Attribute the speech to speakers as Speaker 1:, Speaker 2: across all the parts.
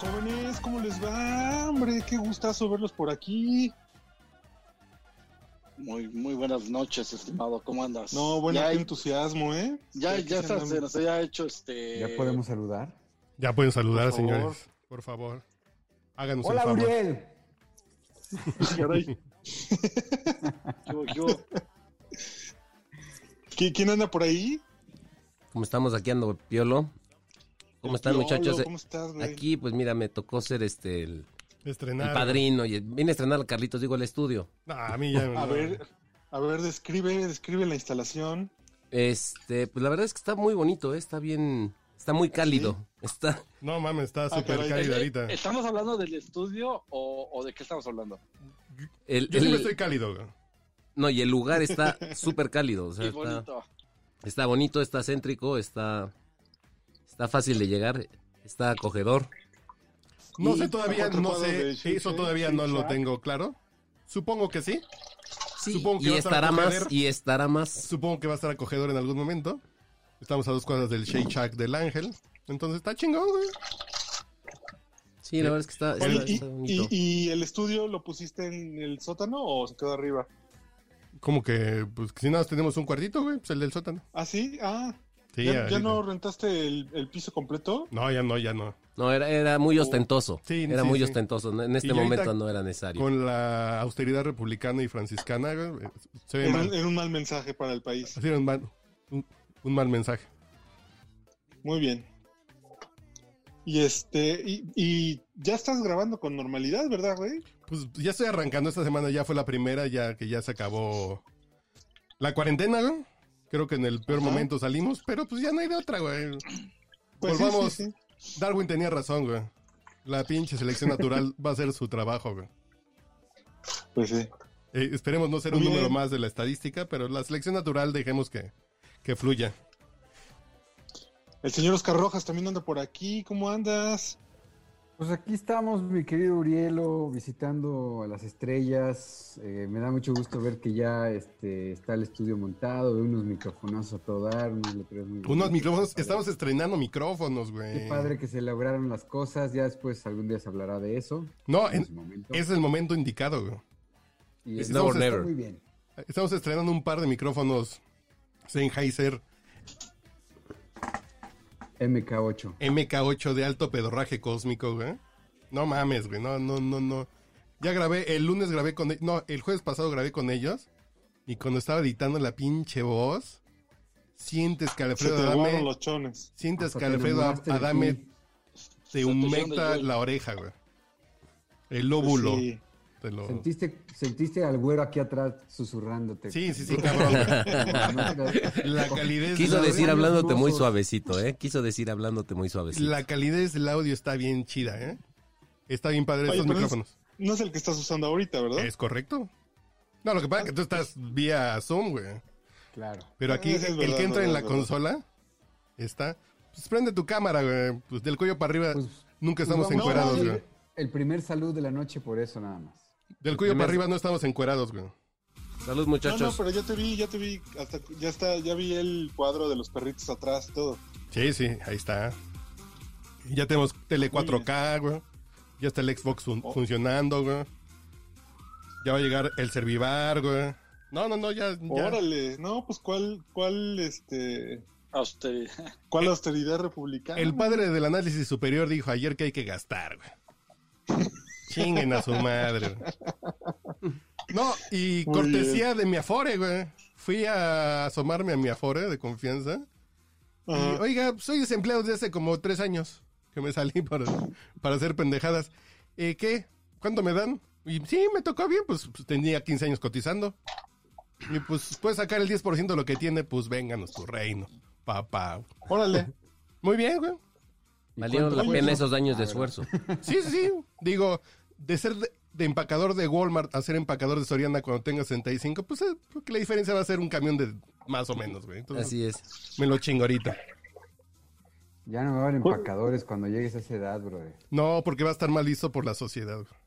Speaker 1: Jóvenes, ¿cómo les va? Hombre, qué gustazo verlos por aquí.
Speaker 2: Muy, muy buenas noches, estimado. ¿Cómo andas?
Speaker 1: No, bueno,
Speaker 2: ya,
Speaker 1: qué entusiasmo, ¿eh?
Speaker 2: ya,
Speaker 1: Aquí
Speaker 2: ya
Speaker 1: se
Speaker 2: se,
Speaker 1: andan-
Speaker 2: se nos había hecho este.
Speaker 3: ¿Ya podemos saludar?
Speaker 4: Ya pueden saludar,
Speaker 3: Por favor.
Speaker 4: señores. Por favor. Háganos
Speaker 3: ¡Hola,
Speaker 4: pues, el
Speaker 3: Uriel!
Speaker 4: favor.
Speaker 1: Caray.
Speaker 2: yo- yo-
Speaker 1: ¿Qui- ¿Quién anda por ahí?
Speaker 5: ¿Cómo estamos? Aquí ando, Piolo. ¿Cómo están,
Speaker 1: Piolo,
Speaker 5: muchachos?
Speaker 1: ¿Cómo estás, güey?
Speaker 5: Aquí, pues mira, me tocó ser este el, el
Speaker 4: Estrenar.
Speaker 5: padrino. Y vine a estrenar al Carlitos, digo, el estudio.
Speaker 4: No, a mí ya.
Speaker 1: A
Speaker 4: no.
Speaker 1: ver, a ver, describe, describe la instalación.
Speaker 5: Este, pues la verdad es que está muy bonito, ¿eh? está bien, está muy cálido. Está,
Speaker 4: No mames,
Speaker 1: Ah,
Speaker 4: está súper
Speaker 1: caray.
Speaker 4: cálido ahorita.
Speaker 2: eh, ¿Estamos hablando del estudio o, o de qué estamos hablando?
Speaker 5: el,
Speaker 4: Yo siempre
Speaker 5: el-
Speaker 4: estoy cálido. güey.
Speaker 5: no, y el lugar está súper cálido. O sea,
Speaker 2: Qué
Speaker 5: está,
Speaker 2: bonito.
Speaker 5: está bonito, está céntrico, está, está fácil de llegar, está acogedor.
Speaker 4: No
Speaker 5: Y-
Speaker 4: sé todavía,
Speaker 1: cuatro
Speaker 4: no
Speaker 1: cuadros
Speaker 4: sé.
Speaker 1: de Shake
Speaker 4: Eso
Speaker 1: Shack,
Speaker 4: todavía
Speaker 1: Shake
Speaker 4: no lo
Speaker 1: Shack.
Speaker 4: tengo claro. Supongo que sí.
Speaker 5: Sí,
Speaker 4: Supongo que
Speaker 5: y
Speaker 4: vas a
Speaker 5: estará más,
Speaker 4: acogedor.
Speaker 5: y estará más.
Speaker 4: Supongo que va a estar acogedor en algún momento. Estamos a dos cuadras del Shake Shack del Ángel. Entonces está chingón, güey.
Speaker 5: Sí, la verdad es que está,
Speaker 1: Oye,
Speaker 5: está-
Speaker 1: y,
Speaker 5: está bonito.
Speaker 1: y- y el estudio lo pusiste en el sótano o se quedó arriba?
Speaker 4: Como que, pues, que si nada más tenemos un cuartito, güey, pues el del sótano.
Speaker 1: ¿Ah, sí? Ah,
Speaker 4: Sí,
Speaker 1: ¿ya, ya
Speaker 4: ahorita.
Speaker 1: no rentaste el, el piso completo?
Speaker 4: No, ya no, ya no.
Speaker 5: No, era, era muy ostentoso.
Speaker 4: Sí,
Speaker 5: era
Speaker 4: sí,
Speaker 5: muy
Speaker 4: sí.
Speaker 5: ostentoso. ¿no? En
Speaker 4: Y
Speaker 5: este
Speaker 4: ahorita
Speaker 5: momento no era necesario.
Speaker 4: Con la austeridad republicana y franciscana, güey, se ve
Speaker 1: Era,
Speaker 4: mal.
Speaker 1: un- era un mal mensaje para el país.
Speaker 4: Así era un mal, un, un mal mensaje.
Speaker 1: Muy bien. Y este, y, y ya estás grabando con normalidad, ¿verdad, güey?
Speaker 4: Pues ya estoy arrancando esta semana, ya fue la primera, ya que ya se acabó la cuarentena, güey. Creo que en el peor
Speaker 1: Ajá.
Speaker 4: momento salimos, pero pues ya no hay de otra, güey.
Speaker 1: Pues sí,
Speaker 4: Volvamos.
Speaker 1: sí, sí.
Speaker 4: Darwin tenía razón, güey. La pinche selección natural va a hacer su trabajo, güey.
Speaker 1: Pues sí.
Speaker 4: Eh, esperemos no ser un
Speaker 1: Bien.
Speaker 4: número más de la estadística, pero la selección natural dejemos que, que fluya.
Speaker 1: El señor Oscar Rojas también anda por aquí. ¿Cómo andas?
Speaker 3: Pues aquí estamos, mi querido Urielo, visitando a las estrellas. Eh, me da mucho gusto ver que ya este, está el estudio montado, veo unos microfonazos a todo dar, unos letreros muy
Speaker 4: Unos
Speaker 3: bonitos.
Speaker 4: micrófonos,
Speaker 3: Qué padre.
Speaker 4: estamos estrenando micrófonos, güey.
Speaker 3: Qué padre que se lograron las cosas, ya después algún día se hablará de eso.
Speaker 4: No,
Speaker 3: en
Speaker 4: en-
Speaker 3: su momento.
Speaker 4: es el momento indicado, güey.
Speaker 3: Y
Speaker 4: es
Speaker 3: está
Speaker 4: now or
Speaker 3: está
Speaker 5: never.
Speaker 3: muy bien.
Speaker 4: Estamos estrenando un par de micrófonos Sennheiser
Speaker 3: MK8.
Speaker 4: MK8 de alto pedorraje cósmico, güey. No mames, güey. No, no, no, no. Ya grabé, el lunes grabé con ellos. No, el jueves pasado grabé con ellos. Y cuando estaba editando la pinche voz, sientes que
Speaker 1: Se
Speaker 4: Alfredo
Speaker 1: te guardan
Speaker 4: Adame.
Speaker 1: los Este, chones.
Speaker 4: Sientes
Speaker 3: Hasta
Speaker 4: que
Speaker 3: te
Speaker 4: Alfredo
Speaker 3: enamoraste de
Speaker 4: Adame
Speaker 3: ti.
Speaker 4: te
Speaker 2: pusieron
Speaker 4: humecta
Speaker 2: del güey.
Speaker 4: la oreja, güey. El lóbulo.
Speaker 1: Pues Sí.
Speaker 4: te lo-
Speaker 3: Sentiste, sentiste al güero aquí atrás susurrándote.
Speaker 4: Sí, sí, sí, cabrón. güey. La calidez
Speaker 5: Quiso
Speaker 4: del audio-
Speaker 5: decir
Speaker 3: Los
Speaker 5: hablándote muy
Speaker 3: mozos.
Speaker 5: suavecito, ¿eh? Quiso decir hablándote muy suavecito.
Speaker 4: La calidez del audio está bien chida, ¿eh? Está bien padre
Speaker 1: Oye,
Speaker 4: estos
Speaker 1: pero es-
Speaker 4: micrófonos.
Speaker 1: No es el que estás usando ahorita, ¿verdad?
Speaker 4: Es correcto. No, lo que pasa es que tú estás vía Zoom, güey.
Speaker 3: Claro.
Speaker 4: Pero aquí
Speaker 1: Eso Ah, pues, es
Speaker 4: el
Speaker 1: verdad,
Speaker 4: que entra en la
Speaker 1: verdad, verdad.
Speaker 4: consola está. Pues prende tu cámara, güey. Pues del cuello para arriba
Speaker 3: Pues,
Speaker 4: nunca
Speaker 3: pues
Speaker 4: estamos
Speaker 3: vamos,
Speaker 4: encuerados,
Speaker 1: no,
Speaker 3: vamos a
Speaker 4: güey.
Speaker 3: hacer El primer salud de la noche por eso nada más.
Speaker 4: Del cuello
Speaker 5: primer-
Speaker 4: para arriba no estamos encuerados, güey.
Speaker 5: Salud,
Speaker 1: no, no,
Speaker 5: muchachos.
Speaker 1: pero ya te vi, ya te vi, hasta ya está, ya vi el cuadro de los perritos atrás, todo.
Speaker 4: Sí, sí, ahí está. Ya tenemos tele 4K, güey. Ya está el Xbox fun-
Speaker 1: Oh.
Speaker 4: funcionando, güey. Ya va a llegar el Servivar, güey. No, no, no, ya. ya.
Speaker 1: Órale, no, pues cuál, cuál, este,
Speaker 2: A Ah, usted.
Speaker 1: cuál austeridad republicana.
Speaker 4: El padre del análisis superior dijo ayer que hay que gastar, güey. Chinguen a su madre. güey. No, y
Speaker 1: Muy
Speaker 4: cortesía de mi Afore, güey. Fui a asomarme a mi Afore de confianza. Y,
Speaker 1: Ajá.
Speaker 4: oiga, soy desempleado desde hace como tres años. que me salí para, para hacer pendejadas. Eh, ¿Qué? ¿Cuánto me dan? Y sí, me tocó bien, pues, pues, tenía 15 años cotizando. Y pues puedes sacar el 10% de lo que tiene, pues vénganos tu reino, papá.
Speaker 1: Órale.
Speaker 4: Muy bien, güey.
Speaker 5: Valieron la
Speaker 1: cuánto
Speaker 5: pena
Speaker 1: hizo?
Speaker 5: esos años de esfuerzo.
Speaker 4: Sí, sí, sí. Digo, de ser de, de empacador de Walmart a ser empacador de Soriana cuando tenga 65, pues eh, creo que la diferencia va a ser un camión de más o menos, güey. Entonces,
Speaker 5: Así es.
Speaker 4: me lo chingo ahorita.
Speaker 3: Ya no va a haber
Speaker 4: Pues,
Speaker 3: empacadores cuando llegues a esa edad, brother.
Speaker 4: No, porque va a estar mal visto por la sociedad. güey.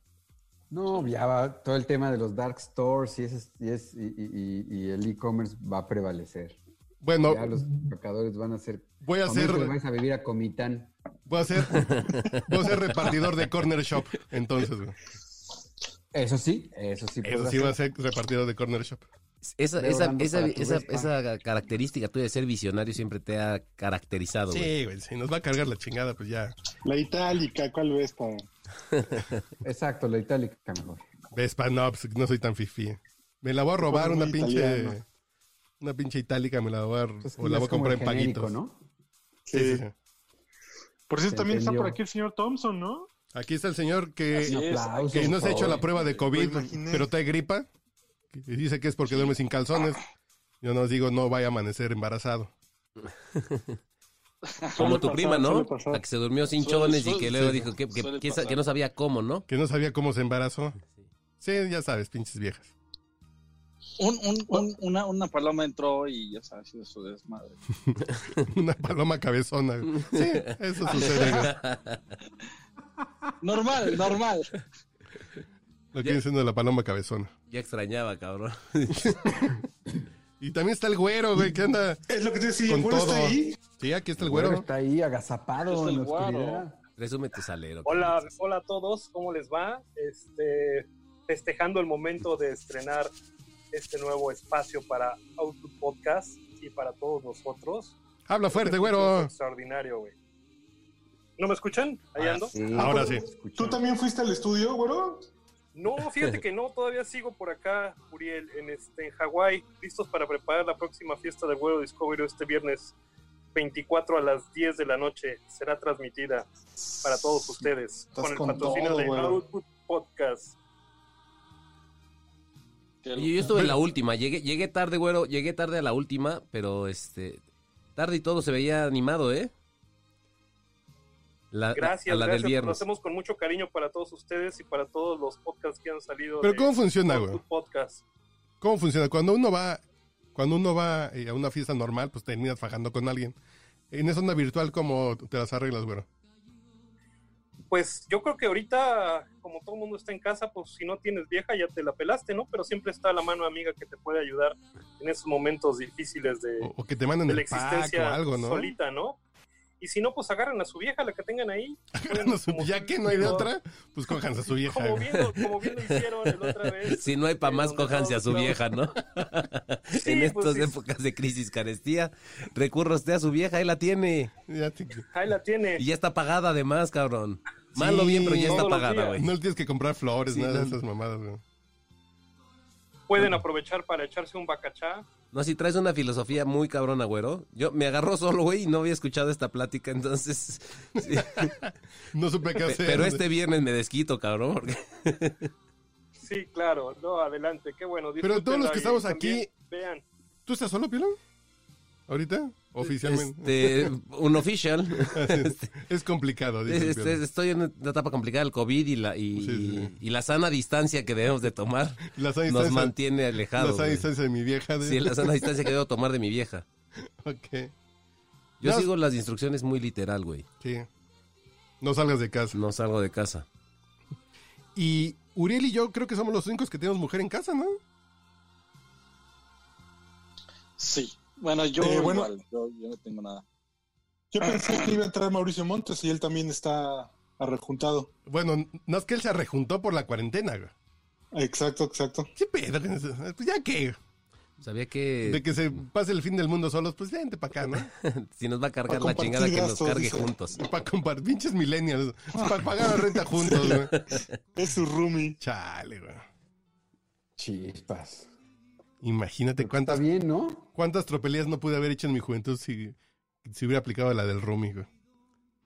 Speaker 3: No, ya va todo el tema de los dark stores y, esas- y, es- y- y- y- y el e-commerce va a prevalecer.
Speaker 4: Bueno,
Speaker 3: Ya los empacadores van a ser...
Speaker 4: voy a
Speaker 3: cuando
Speaker 4: ser,
Speaker 3: te vayas a vivir a Comitán.
Speaker 4: voy a ser, voy a ser repartidor de corner shop. Entonces, güey.
Speaker 3: Eso sí, eso sí. pues
Speaker 4: eso
Speaker 3: podrás
Speaker 4: sí va a
Speaker 3: hacer.
Speaker 4: ser repartidor de corner shop.
Speaker 5: Esa,
Speaker 3: Ve
Speaker 5: esa,
Speaker 3: orando
Speaker 5: esa,
Speaker 3: para tu
Speaker 5: esa,
Speaker 3: Vespa.
Speaker 5: esa característica tuya de ser visionario siempre te ha caracterizado, güey.
Speaker 4: Sí, güey. Si nos va a cargar la chingada, pues ya.
Speaker 1: La itálica, ¿cuál ves? pa?
Speaker 3: Exacto, la itálica mejor.
Speaker 4: Vespa, no, pues, no soy tan fifí. Me la voy a robar
Speaker 1: Muy
Speaker 4: una pinche,
Speaker 1: italiano.
Speaker 4: una pinche itálica, me la voy a,
Speaker 3: Entonces,
Speaker 4: o
Speaker 3: ya
Speaker 4: la voy
Speaker 3: Pues, es como
Speaker 4: a comprar
Speaker 3: el
Speaker 4: en
Speaker 3: genérico,
Speaker 4: paguitos.
Speaker 3: ¿no?
Speaker 4: Sí, sí, sí.
Speaker 1: Por cierto,
Speaker 3: Se
Speaker 1: también está
Speaker 3: entendió.
Speaker 1: por aquí el señor Thompson, ¿no?
Speaker 4: Aquí está el señor que,
Speaker 2: Así es.
Speaker 3: Aplausos,
Speaker 4: que no
Speaker 3: por
Speaker 4: se ha hecho
Speaker 3: favor.
Speaker 4: la prueba de COVID,
Speaker 1: Lo imaginé.
Speaker 4: pero trae gripa. que dice que es porque duerme sin calzones. Yo no digo, no vaya a amanecer embarazado.
Speaker 5: Como
Speaker 1: Suele
Speaker 5: tu
Speaker 1: pasar,
Speaker 5: prima, ¿no?
Speaker 1: suele pasar.
Speaker 5: La que se durmió sin
Speaker 2: Suele-
Speaker 5: chones y
Speaker 2: suele-
Speaker 5: que luego
Speaker 4: sí.
Speaker 5: dijo que, que-
Speaker 2: Suele
Speaker 5: que esa-
Speaker 2: pasar.
Speaker 5: que no sabía cómo, ¿no?
Speaker 4: Que no sabía cómo se embarazó. Sí, ya sabes, pinches viejas.
Speaker 2: Un, un, un- una, una paloma entró y ya sabes, hizo su desmadre.
Speaker 4: Una paloma cabezona. güey. Sí, eso sucede. güey.
Speaker 2: Normal, normal.
Speaker 4: Lo que dicen de la paloma cabezona.
Speaker 5: Ya extrañaba, cabrón.
Speaker 4: Y también está el güero, güey, que anda.
Speaker 1: Es lo que te decía,
Speaker 4: Con
Speaker 1: ¿el güero está
Speaker 4: todo.
Speaker 1: ahí?
Speaker 4: Sí, aquí está el
Speaker 3: Bueno,
Speaker 4: güero.
Speaker 3: está ahí agazapado
Speaker 2: Es
Speaker 3: en
Speaker 2: el
Speaker 3: la
Speaker 2: guaro.
Speaker 3: oscuridad.
Speaker 5: Resúmete salero.
Speaker 6: Hola, hola a todos, ¿cómo les va? Este, festejando el momento de estrenar este nuevo espacio para Output Podcast y para todos nosotros.
Speaker 4: Habla fuerte,
Speaker 6: Esto es
Speaker 4: güero.
Speaker 6: Extraordinario, güey. ¿No me escuchan? ¿Ahí
Speaker 5: Ah,
Speaker 6: ando?
Speaker 3: Sí,
Speaker 4: Ahora
Speaker 3: lo
Speaker 4: sí.
Speaker 3: escuché.
Speaker 1: ¿Tú también fuiste al estudio, güero?
Speaker 6: No, fíjate que no, todavía sigo por acá, Uriel, en, este, en Hawái, listos para preparar la próxima fiesta del Güero Discovery este viernes 24 a las 10 de la noche. Será transmitida para todos ustedes con el
Speaker 1: con
Speaker 6: patrocinio
Speaker 1: todo,
Speaker 6: de
Speaker 1: güero.
Speaker 6: Output Podcast.
Speaker 2: Que
Speaker 5: Yo, yo estuve en la última, llegué, llegué tarde, güero, llegué tarde a la última, pero este, tarde y todo se veía animado, ¿eh? La,
Speaker 6: Gracias,
Speaker 5: a la
Speaker 6: gracias. pues,
Speaker 5: del
Speaker 6: Lo
Speaker 5: viernes.
Speaker 6: hacemos con mucho cariño para todos ustedes y para todos los podcasts que han salido.
Speaker 4: Pero
Speaker 6: de
Speaker 4: ¿cómo funciona,
Speaker 6: Output
Speaker 4: güey?
Speaker 6: Podcast.
Speaker 4: ¿Cómo funciona? Cuando uno va, cuando uno va eh, a una fiesta normal, pues terminas fajando con alguien. En esa onda virtual, ¿cómo te las arreglas, güero?
Speaker 6: Pues yo creo que ahorita, como todo el mundo está en casa, pues si no tienes vieja ya te la pelaste, ¿no? Pero siempre está la mano amiga que te puede ayudar en esos momentos difíciles de,
Speaker 4: O, o que te mandan
Speaker 6: de la
Speaker 4: el pack o
Speaker 6: existencia
Speaker 4: algo, ¿no?
Speaker 6: solita, ¿no? Y si no, pues agarran a su vieja, la que tengan ahí.
Speaker 4: Bueno, su-
Speaker 6: Como-
Speaker 4: ya que no hay de otra, pues cójanse a su vieja.
Speaker 6: Como
Speaker 4: güey.
Speaker 6: bien, lo- como bien lo hicieron el otra vez.
Speaker 5: Si no hay pa'
Speaker 6: eh,
Speaker 5: más,
Speaker 6: donde
Speaker 5: cójanse a
Speaker 6: todos
Speaker 5: su
Speaker 6: clavos-
Speaker 5: vieja, ¿no?
Speaker 6: Sí,
Speaker 5: en
Speaker 6: pues,
Speaker 5: estas
Speaker 6: sí.
Speaker 5: épocas de crisis, carestía, recurra usted a su vieja, ahí la tiene.
Speaker 4: Ya te-
Speaker 6: Ahí la tiene.
Speaker 5: Y ya está pagada además, cabrón. Malo
Speaker 4: Sí,
Speaker 5: bien, pero ya
Speaker 4: todos
Speaker 5: está
Speaker 6: los
Speaker 5: pagada,
Speaker 6: días.
Speaker 5: güey.
Speaker 4: no le tienes que comprar flores,
Speaker 5: Sí,
Speaker 4: nada de
Speaker 5: no.
Speaker 4: esas mamadas, güey.
Speaker 6: Pueden aprovechar para echarse un bacachá.
Speaker 5: No, si traes una filosofía muy cabrona, güero. Yo me agarró solo, güey, y no había escuchado esta plática, entonces. sí.
Speaker 4: No supe qué
Speaker 5: Pe-
Speaker 4: hacer.
Speaker 5: Pero este viernes me desquito, cabrón. porque-
Speaker 6: Sí, claro, no, adelante, qué bueno.
Speaker 4: Pero todos los que
Speaker 6: disfrútenla y
Speaker 4: estamos aquí-
Speaker 6: también Vean,
Speaker 4: ¿Tú estás solo, Pilo? ¿Ahorita? Oficialmente. Ah,
Speaker 5: Este, un official.
Speaker 4: Es complicado, dice el
Speaker 5: Este,
Speaker 4: Piolo.
Speaker 5: estoy en una etapa complicada del COVID y la, y,
Speaker 4: Sí, sí.
Speaker 5: y la sana distancia que debemos de tomar
Speaker 4: La sana
Speaker 5: nos
Speaker 4: distancia,
Speaker 5: mantiene
Speaker 4: la
Speaker 5: alejados.
Speaker 4: sana
Speaker 5: güey.
Speaker 4: distancia de mi vieja. De...
Speaker 5: Sí, la sana distancia que debo tomar de mi vieja.
Speaker 4: Ok,
Speaker 5: Yo
Speaker 4: No.
Speaker 5: sigo las instrucciones muy literal, güey.
Speaker 4: sí. No salgas de casa.
Speaker 5: No salgo de casa.
Speaker 4: Y Uriel y yo creo que somos los únicos que tenemos mujer en casa, ¿no?
Speaker 2: Sí. Bueno, yo,
Speaker 1: Eh, bueno.
Speaker 2: igual, yo, yo no tengo nada.
Speaker 1: Yo pensé que iba a entrar Mauricio Montes y él también está arrejuntado.
Speaker 4: Bueno, no es que él se rejuntó por la cuarentena, güey.
Speaker 1: Exacto, exacto.
Speaker 4: ¿Qué pedo? con eso? Pues ya que,
Speaker 5: Sabía que
Speaker 4: de que se pase el fin del mundo solos, pues vente para acá, ¿no?
Speaker 5: si nos va a cargar
Speaker 1: Pa'
Speaker 5: la chingada, que nos
Speaker 1: compartir gastos,
Speaker 5: cargue
Speaker 1: dice.
Speaker 5: juntos.
Speaker 4: Para compartir, pinches millennials, para pagar la renta juntos, güey.
Speaker 1: Es su roomie.
Speaker 4: Chale, güey.
Speaker 3: Chispas.
Speaker 4: Imagínate
Speaker 3: Está
Speaker 4: cuántas,
Speaker 3: bien, ¿no?
Speaker 4: cuántas tropelías no pude haber hecho en mi juventud si, si hubiera aplicado la del Rumi, güey.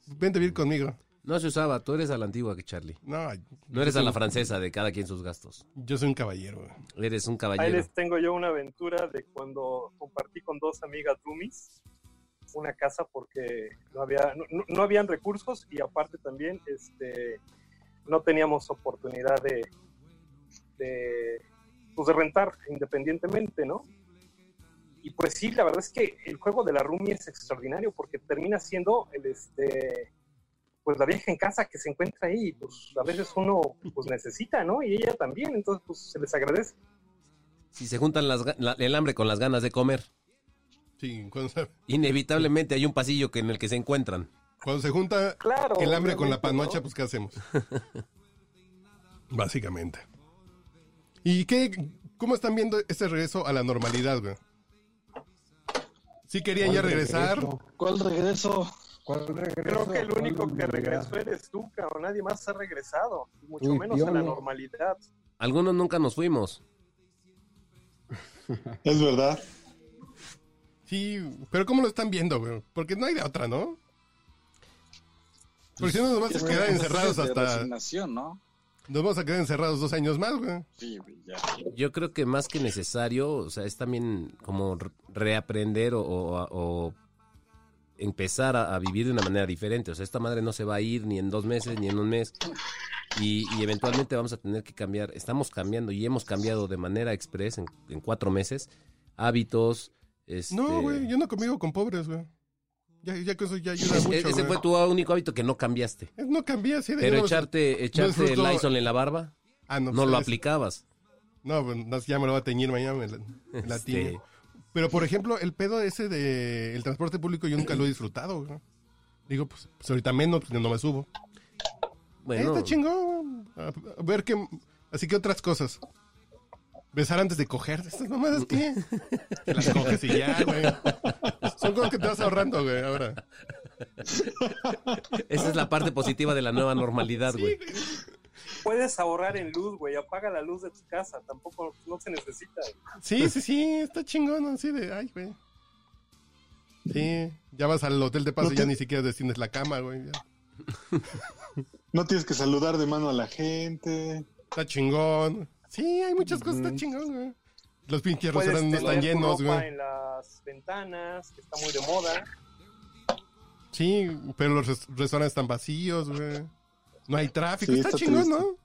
Speaker 4: Vente a vivir conmigo.
Speaker 5: No se usaba, tú eres a la antigua que Charlie.
Speaker 4: No,
Speaker 5: No eres a la francesa de cada quien sus gastos.
Speaker 4: yo soy un caballero. güey.
Speaker 5: Eres un
Speaker 6: Ahí
Speaker 5: caballero.
Speaker 6: les tengo yo una aventura de cuando compartí con dos amigas roomies una casa porque no había no, no- no habían recursos y aparte también este no teníamos oportunidad de de, pues, de rentar independientemente, ¿no? Y pues sí, la verdad es que el juego de la roomie es extraordinario porque termina siendo el este pues la vieja en casa que se encuentra ahí, y, pues a veces uno pues necesita, ¿no? Y ella también, entonces pues se les agradece.
Speaker 5: Si se juntan las ga- la- el hambre con las ganas de comer,
Speaker 4: Sí, cuando se,
Speaker 5: inevitablemente hay un pasillo que en el que se encuentran.
Speaker 4: cuando se junta
Speaker 6: Claro.
Speaker 4: el hambre con la
Speaker 6: obviamente,
Speaker 4: panocha,
Speaker 6: ¿no?
Speaker 4: pues ¿qué hacemos? Básicamente. ¿Y qué? ¿Cómo están viendo este regreso a la normalidad, güey? Sí querían ya regresar.
Speaker 2: ¿Cuál regreso?
Speaker 3: ¿Cuál regreso?
Speaker 6: Creo que el
Speaker 3: ¿Cuál
Speaker 6: único que
Speaker 3: normalidad?
Speaker 6: regresó eres tú, cabrón. Nadie más ha regresado. y Mucho
Speaker 3: Uy,
Speaker 6: menos a
Speaker 3: piola.
Speaker 6: la normalidad.
Speaker 5: Algunos nunca nos fuimos.
Speaker 1: Es verdad.
Speaker 4: Sí, pero ¿cómo lo están viendo, güey? Porque no hay de otra, ¿no? Porque si no nos vamos a quedar encerrados
Speaker 2: de
Speaker 4: hasta...
Speaker 2: resignación, ¿no?
Speaker 4: Nos vamos a quedar encerrados dos años más, güey.
Speaker 2: Sí, güey, ya.
Speaker 5: Yo creo que más que necesario, o sea, es también como re- reaprender o, o- o empezar a, a vivir de una manera diferente. O sea, esta madre no se va a ir ni en dos meses, ni en un mes. Y, y eventualmente vamos a tener que cambiar. Estamos cambiando y hemos cambiado de manera express en, en cuatro meses. Hábitos. Este,
Speaker 4: No, güey, yo no conmigo con pobres, güey. Ya, ya que eso ya ayuda
Speaker 5: Es-
Speaker 4: mucho,
Speaker 5: e-, ese
Speaker 4: güey.
Speaker 5: fue tu único hábito que no cambiaste.
Speaker 4: Es No cambié así de...
Speaker 5: Pero
Speaker 4: yo no-
Speaker 5: echarte, echarte
Speaker 4: disfruto-
Speaker 5: el Lysol en la barba,
Speaker 4: Ah,
Speaker 5: no lo
Speaker 4: pues, es-
Speaker 5: aplicabas.
Speaker 4: No, pues, no, ya me lo va a teñir mañana, me la, me la
Speaker 5: Este,
Speaker 4: tiño. Pero, por ejemplo, el pedo ese de el transporte público yo nunca lo he disfrutado, güey. Digo, pues, pues, ahorita menos, pues no me subo. Ahí
Speaker 5: bueno,
Speaker 4: está chingón. A, a ver qué... Así que otras cosas. Besar antes de coger. Estas mamadas, ¿qué? Te las coges y ya, güey. Son cosas que te vas ahorrando, güey, ahora.
Speaker 5: esa es la parte positiva de la nueva normalidad, güey.
Speaker 6: Puedes ahorrar en luz, güey. Apaga la luz de tu casa. Tampoco no se necesita.
Speaker 4: Sí, sí, sí, está chingón, así de, ay, güey. Sí, ya vas al hotel de paso
Speaker 1: No
Speaker 4: y
Speaker 1: te-
Speaker 4: ya ni siquiera desciendes la cama, güey. ya.
Speaker 1: No tienes que saludar de mano a la gente.
Speaker 4: Está chingón. Sí, hay muchas cosas, está chingón, güey. Los pinches
Speaker 6: Puedes
Speaker 4: restaurantes no están
Speaker 6: tener tu
Speaker 4: llenos,
Speaker 6: ropa
Speaker 4: güey.
Speaker 6: en las ventanas, que está muy de moda.
Speaker 4: Sí, pero los res- restaurantes están vacíos, güey. No hay tráfico,
Speaker 1: Sí,
Speaker 4: está,
Speaker 1: está
Speaker 4: chingón,
Speaker 1: triste.
Speaker 4: ¿no?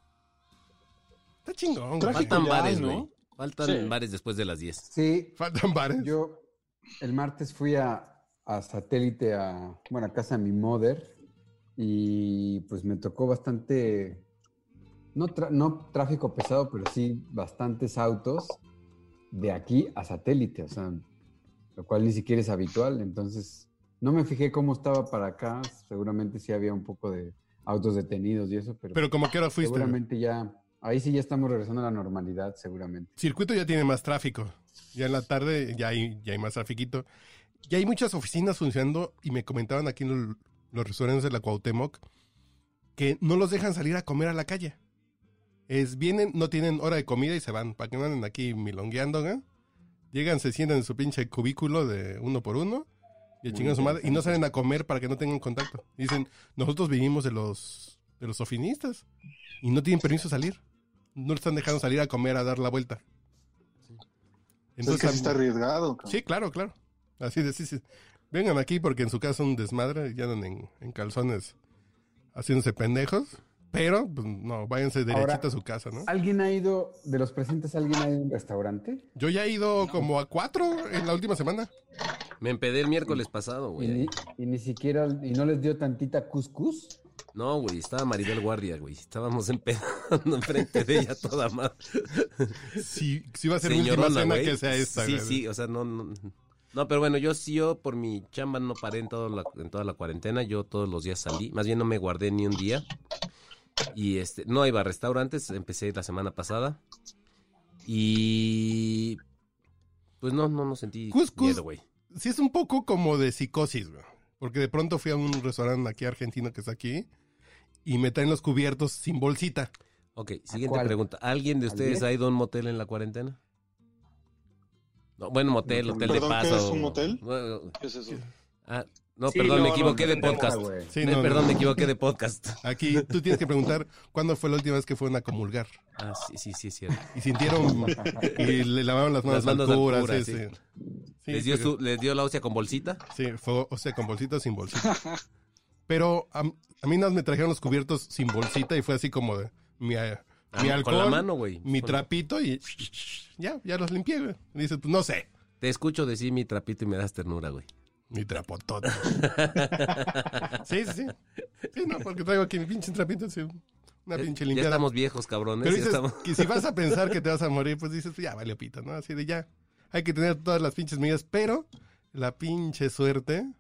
Speaker 4: Está chingón, güey.
Speaker 1: Tráfico.
Speaker 5: Faltan
Speaker 1: ya hay,
Speaker 5: bares,
Speaker 1: ¿no?
Speaker 5: güey. Faltan
Speaker 2: Sí.
Speaker 5: bares después de las 10.
Speaker 3: Sí,
Speaker 4: Faltan bares.
Speaker 3: yo el martes fui a, a satélite, a, bueno, a casa de mi mother, y pues me tocó bastante, no, tra- no tráfico pesado, pero sí bastantes autos de aquí a satélite, o sea, lo cual ni siquiera es habitual, entonces no me fijé cómo estaba para acá, seguramente sí había un poco de autos detenidos y eso, pero,
Speaker 4: Pero como que ahora fuiste, güey.
Speaker 3: seguramente ya, ahí sí ya estamos regresando a la normalidad, seguramente.
Speaker 4: circuito ya tiene más tráfico. Ya en la tarde ya hay, ya hay más trafiquito. Ya hay muchas oficinas funcionando y me comentaban aquí en los, los restaurantes de la Cuauhtémoc que no los dejan salir a comer a la calle. Es vienen, no tienen hora de comida y se van. Para que no anden aquí milongueando, ¿eh? Llegan, se sientan en su pinche cubículo de uno por uno y
Speaker 3: Muy
Speaker 4: chingan a su madre y no
Speaker 3: interesante.
Speaker 4: salen a comer para que no tengan contacto. Dicen, nosotros vivimos de los, de los ofinistas y no tienen permiso de salir. No los están dejando salir a comer, a dar la vuelta.
Speaker 1: Entonces, es que sí está
Speaker 4: am-
Speaker 1: arriesgado. cabrón.
Speaker 4: Sí, claro, claro. Así de, sí, sí. Vengan aquí porque en su casa un desmadre y andan en, en calzones haciéndose pendejos. Pero, pues, no, váyanse derechita
Speaker 3: Ahora-
Speaker 4: a su casa, ¿no?
Speaker 3: ¿Alguien ha ido, de los presentes, alguien ha ido a un restaurante?
Speaker 4: Yo ya he ido como a cuatro en la última semana.
Speaker 5: Me empedé el miércoles pasado,
Speaker 3: Y
Speaker 5: güey.
Speaker 3: ni, y ni siquiera, y no les dio tantita cuscús.
Speaker 5: No, güey, estaba Maribel Guardia, güey. Estábamos empedando enfrente de ella toda madre.
Speaker 4: Si, si va a ser mi última
Speaker 5: Señorona,
Speaker 4: cena
Speaker 5: güey.
Speaker 4: que sea esta,
Speaker 5: Sí,
Speaker 4: güey.
Speaker 5: sí, o sea, no, no. No, pero bueno, yo sí, yo por mi chamba no paré en, todo la- en toda la cuarentena. Yo todos los días salí. Más bien no me guardé ni un día. Y este, no iba a restaurantes. Empecé a ir la semana pasada. Y. Pues no, no, no sentí
Speaker 4: Cuscus.
Speaker 5: miedo, güey.
Speaker 4: sí es un poco como de psicosis, güey. Porque de pronto fui a un restaurante aquí argentino que está aquí y me traen los cubiertos sin bolsita.
Speaker 5: Ok, siguiente
Speaker 3: cuál?
Speaker 5: pregunta. ¿Alguien de
Speaker 3: ¿Al
Speaker 5: ustedes
Speaker 3: diez?
Speaker 5: ha ido a un motel en la cuarentena? No, bueno, motel, hotel de
Speaker 1: Perdón, ¿qué
Speaker 5: paso.
Speaker 1: es un motel?
Speaker 5: Bueno,
Speaker 2: ¿Qué es eso?
Speaker 5: ah, No,
Speaker 6: Sí,
Speaker 5: perdón,
Speaker 6: no,
Speaker 5: me
Speaker 6: no,
Speaker 5: equivoqué de
Speaker 6: entendemos.
Speaker 5: podcast.
Speaker 3: Ah, güey.
Speaker 4: Sí,
Speaker 5: Me-
Speaker 4: no, no,
Speaker 5: perdón,
Speaker 4: no.
Speaker 5: me equivoqué de podcast.
Speaker 4: Aquí tú tienes que preguntar cuándo fue la última vez que fueron a comulgar.
Speaker 5: Ah, sí, sí, sí, es cierto.
Speaker 4: Y sintieron y le lavaron las manos
Speaker 5: Las manos
Speaker 4: al
Speaker 5: al
Speaker 4: cura.
Speaker 5: cura,
Speaker 4: sí,
Speaker 5: sí.
Speaker 4: sí. Sí,
Speaker 5: ¿Les dio,
Speaker 4: pero-
Speaker 5: su- ¿Les dio la hostia con bolsita?
Speaker 4: sí, fue, o sea, con bolsita o sin bolsita. Pero a, a mí nos me trajeron los cubiertos sin bolsita y fue así como de mi, eh, mi
Speaker 5: Ah, con la
Speaker 4: alcohol,
Speaker 5: mano, güey.
Speaker 4: mi
Speaker 5: Con-
Speaker 4: trapito y ya, ya los limpié. güey. Y Dices, pues no sé.
Speaker 5: Te escucho decir mi trapito y me das ternura, güey.
Speaker 4: Mi trapotota. sí, sí, sí. Sí, no, porque traigo aquí mi pinche trapito, sí, una
Speaker 5: Ya,
Speaker 4: pinche
Speaker 5: ya
Speaker 4: limpiada.
Speaker 5: estamos viejos, cabrones.
Speaker 4: Pero
Speaker 5: ya
Speaker 4: dices
Speaker 5: estamos-
Speaker 4: que si vas a pensar que te vas a morir, pues dices, ya vale pito, ¿no? Así de ya. Hay que tener todas las pinches medidas, pero la pinche suerte.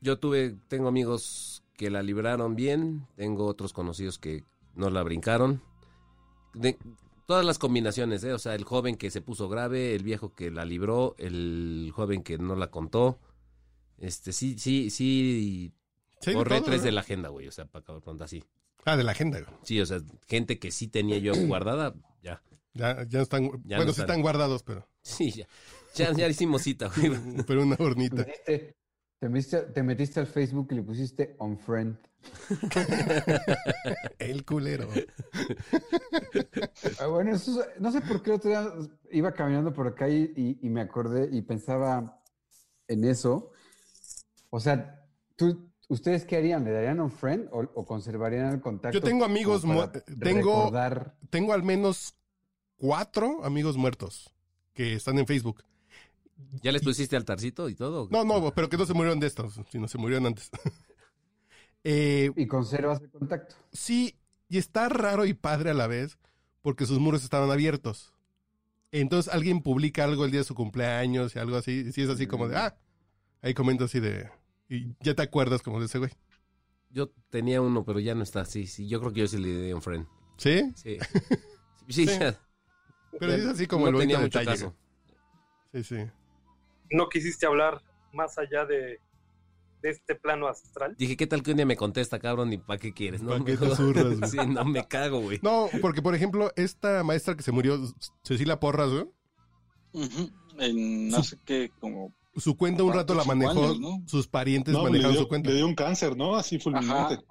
Speaker 5: Yo tuve, tengo amigos que la libraron bien, tengo otros conocidos que no la brincaron. De- todas las combinaciones, ¿eh? O sea, el joven que se puso grave, el viejo que la libró, el joven que no la contó. Este, sí, sí, sí.
Speaker 4: sí, de
Speaker 5: Borré
Speaker 4: todo,
Speaker 5: tres
Speaker 4: ¿no?
Speaker 5: de la agenda, güey. O sea, para acabar pronto así.
Speaker 4: Ah, de la agenda, güey.
Speaker 5: Sí, o sea, gente que sí tenía yo guardada, ya.
Speaker 4: Ya, ya no están.
Speaker 5: Ya
Speaker 4: bueno,
Speaker 5: no
Speaker 4: sí
Speaker 5: están.
Speaker 4: están guardados, pero.
Speaker 5: Sí, ya. Ya, ya hicimos cita, güey.
Speaker 4: Pero una
Speaker 3: Te
Speaker 4: hornita.
Speaker 3: metiste, te metiste- te metiste al Facebook y le pusiste on friend.
Speaker 4: El culero.
Speaker 3: Ah, bueno, eso es- no sé por qué el otro día iba caminando por acá y, y- y me acordé y pensaba en eso. O sea, tú, ¿ustedes qué harían? ¿Le darían un friend o, o conservarían el contacto?
Speaker 4: Yo tengo amigos
Speaker 3: como para
Speaker 4: mu- eh, tengo-
Speaker 3: recordar?
Speaker 4: Tengo al menos cuatro amigos muertos que están en Facebook.
Speaker 5: ¿Ya les pusiste altarcito y todo?
Speaker 4: No, no, pero que no se murieron de estos, sino se murieron antes. eh,
Speaker 3: Y conservas el contacto.
Speaker 4: Sí, y está raro y padre a la vez, porque sus muros estaban abiertos. Entonces alguien publica algo el día de su cumpleaños y algo así, y si es así como de, ah, ahí comenta así de, y ya te acuerdas como de ese güey.
Speaker 5: Yo tenía uno, pero ya no está. Sí, sí. Yo creo que yo sí le di un friend.
Speaker 4: Sí,
Speaker 5: Sí.
Speaker 4: Sí,
Speaker 5: Sí, ya.
Speaker 4: pero
Speaker 5: Ya,
Speaker 4: es así como
Speaker 5: no
Speaker 4: el bonito
Speaker 5: tenía mucho
Speaker 4: detalle.
Speaker 5: caso.
Speaker 4: Sí, sí.
Speaker 6: No quisiste hablar más allá de, de este plano astral.
Speaker 5: Dije, ¿qué tal que un día me contesta, cabrón? ¿Y para qué quieres?
Speaker 4: ¿Pa'
Speaker 5: No,
Speaker 4: qué te
Speaker 5: Mejor-
Speaker 4: zurras, güey?
Speaker 5: Sí, no me cago, güey.
Speaker 4: No, porque por ejemplo, esta maestra que se murió, Cecilia Porras, güey,
Speaker 2: Ujú. En no sé qué, como.
Speaker 4: su cuenta un rato la
Speaker 2: Cuatro,
Speaker 4: manejó,
Speaker 2: cinco años, ¿no?
Speaker 4: sus parientes
Speaker 1: No, le
Speaker 4: manejaron
Speaker 1: dio,
Speaker 4: su cuenta.
Speaker 1: le dio un cáncer, ¿no? Así fulminante.
Speaker 2: Ajá.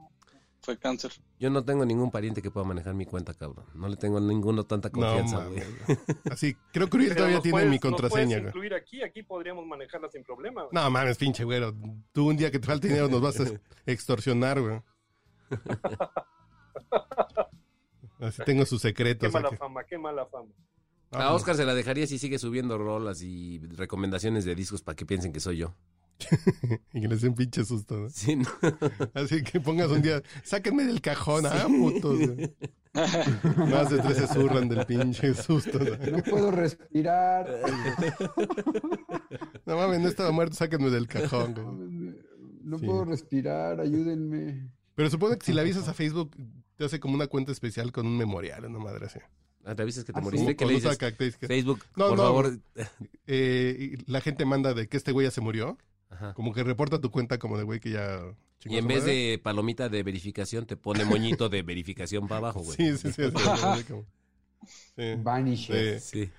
Speaker 2: Fue cáncer.
Speaker 5: Yo no tengo ningún pariente que pueda manejar mi cuenta, cabrón. No le tengo a ninguno tanta
Speaker 4: No,
Speaker 5: confianza, güey.
Speaker 4: mames. Así, creo que Uriel
Speaker 6: Pero
Speaker 4: todavía
Speaker 6: nos
Speaker 4: tiene
Speaker 6: puedes-
Speaker 4: mi
Speaker 6: nos puedes
Speaker 4: contraseña, güey.
Speaker 6: incluir aquí, aquí podríamos manejarla sin problema. güey.
Speaker 4: No mames, pinche güero. Tú un día que te falte dinero nos vas a extorsionar, güey. Así tengo sus
Speaker 6: qué
Speaker 4: secretos.
Speaker 6: mala
Speaker 4: pues, aquí.
Speaker 6: fama, qué mala fama.
Speaker 4: Ah,
Speaker 5: A Ah, Oscar se la dejaría si sigue subiendo rolas y recomendaciones de discos para que piensen que soy yo.
Speaker 4: Y que les den pinche susto. ¿no?
Speaker 5: Sí, no.
Speaker 4: Así que pongas un día, sáquenme del cajón, ah, putos. güey. Más de tres se zurran del pinche susto. No,
Speaker 3: No puedo respirar.
Speaker 4: Eh, No mames, no estaba muerto, sáquenme del cajón. güey.
Speaker 3: No
Speaker 4: Sí.
Speaker 3: puedo respirar, ayúdenme.
Speaker 4: Pero supongo que si la avisas a Facebook, te hace como una cuenta especial con un memorial, una madre así.
Speaker 5: Ah, Te avisas que te
Speaker 3: Ah, sí.
Speaker 4: Como
Speaker 5: moriste, que
Speaker 4: con
Speaker 5: le
Speaker 4: otra
Speaker 5: dices,
Speaker 4: característica.
Speaker 5: Facebook,
Speaker 4: No,
Speaker 5: por
Speaker 4: no.
Speaker 5: favor.
Speaker 4: Eh, y la gente manda de que este güey ya se murió.
Speaker 5: Ajá.
Speaker 4: Como que reporta tu cuenta como de güey que ya... chingó
Speaker 5: Y en
Speaker 4: su
Speaker 5: vez
Speaker 4: madre.
Speaker 5: de palomita de verificación, te pone moñito de verificación para abajo, güey.
Speaker 4: Sí, sí, sí. así, así como- Sí.
Speaker 3: Vanishes.
Speaker 5: Sí.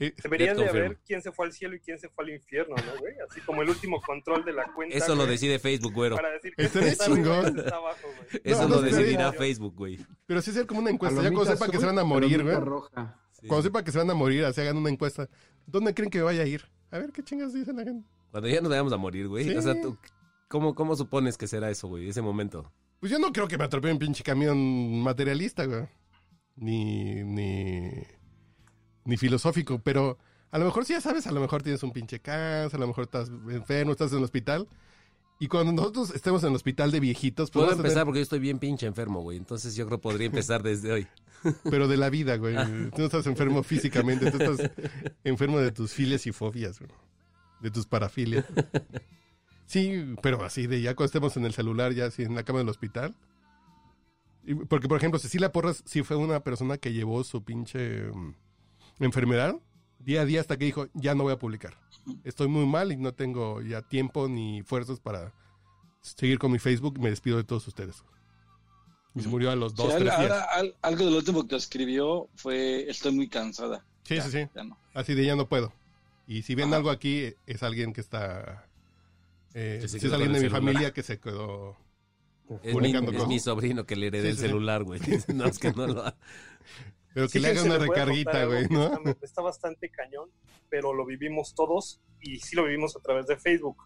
Speaker 4: Eh,
Speaker 6: Deberían
Speaker 5: Death
Speaker 6: de
Speaker 5: confirm.
Speaker 6: haber quién se fue al cielo y quién se fue al infierno, ¿no, güey? Así como el último control de la cuenta.
Speaker 5: Eso lo
Speaker 6: güey,
Speaker 5: decide Facebook, güero.
Speaker 6: Para decir que
Speaker 4: Estaría
Speaker 6: está arriba y
Speaker 4: chingón.
Speaker 6: quién está abajo, güey.
Speaker 5: Eso
Speaker 4: No,
Speaker 5: lo
Speaker 4: no, pero-
Speaker 5: decidirá Facebook, güey.
Speaker 4: Pero sí hacer como una encuesta. Pues, ya
Speaker 3: Palomita
Speaker 4: cuando sepa que
Speaker 3: azul,
Speaker 4: se van a morir, güey.
Speaker 3: palomita roja.
Speaker 5: Sí.
Speaker 4: Cuando sepa que se van a morir, así hagan una encuesta. ¿Dónde creen que me vaya a ir? A ver qué chingas dice la gente.
Speaker 5: Cuando ya nos vayamos a morir, güey.
Speaker 4: Sí.
Speaker 5: O sea, tú, ¿cómo, ¿cómo supones que será eso, güey? Ese momento.
Speaker 4: Pues yo no creo que me atropelle un pinche camión materialista, güey. Ni, ni, ni filosófico, pero a lo mejor sí ya sabes, a lo mejor tienes un pinche cáncer, a lo mejor estás enfermo, estás en el hospital. Y cuando nosotros estemos en el hospital de viejitos, pues
Speaker 5: Puedo
Speaker 4: vas a tener-
Speaker 5: empezar porque yo estoy bien pinche enfermo, güey. Entonces yo creo podría empezar desde hoy.
Speaker 4: Pero de la vida, güey. Tú no estás enfermo físicamente, tú estás enfermo de tus filias y fobias, güey. De tus parafilias. Sí, pero así de ya cuando estemos en el celular, ya así en la cama del hospital. Y- Porque, por ejemplo, Cecilia Porras sí fue una persona que llevó su pinche mm, enfermedad día a día hasta que dijo, ya no voy a publicar. Estoy muy mal y no tengo ya tiempo ni fuerzas para seguir con mi Facebook. Me despido de todos ustedes. Y se murió a los dos,
Speaker 2: Sí, al-
Speaker 4: tres
Speaker 2: al-
Speaker 4: días.
Speaker 2: al- algo del último que escribió fue: Estoy muy cansada.
Speaker 4: Sí,
Speaker 2: Ya,
Speaker 4: sí, sí.
Speaker 2: ya no.
Speaker 4: Así de ya no puedo. Y si ven
Speaker 2: Ajá.
Speaker 4: algo aquí, es alguien que está Eh,
Speaker 5: Que se
Speaker 4: sí
Speaker 5: quedó
Speaker 4: es alguien
Speaker 5: con
Speaker 4: de
Speaker 5: el
Speaker 4: mi
Speaker 5: celular.
Speaker 4: familia que se quedó
Speaker 5: Es mi,
Speaker 4: publicando
Speaker 5: es
Speaker 4: cosas.
Speaker 5: mi sobrino que le heredé
Speaker 4: Sí,
Speaker 5: el
Speaker 4: sí, sí.
Speaker 5: celular, güey. No, es que no lo ha-
Speaker 4: Pero que
Speaker 6: Sí
Speaker 4: le haga
Speaker 6: se
Speaker 4: una
Speaker 6: le puede
Speaker 4: recarguita,
Speaker 6: contar algo
Speaker 4: güey,
Speaker 6: que
Speaker 4: ¿no?
Speaker 6: Está, está bastante cañón, pero lo vivimos todos y sí lo vivimos a través de Facebook.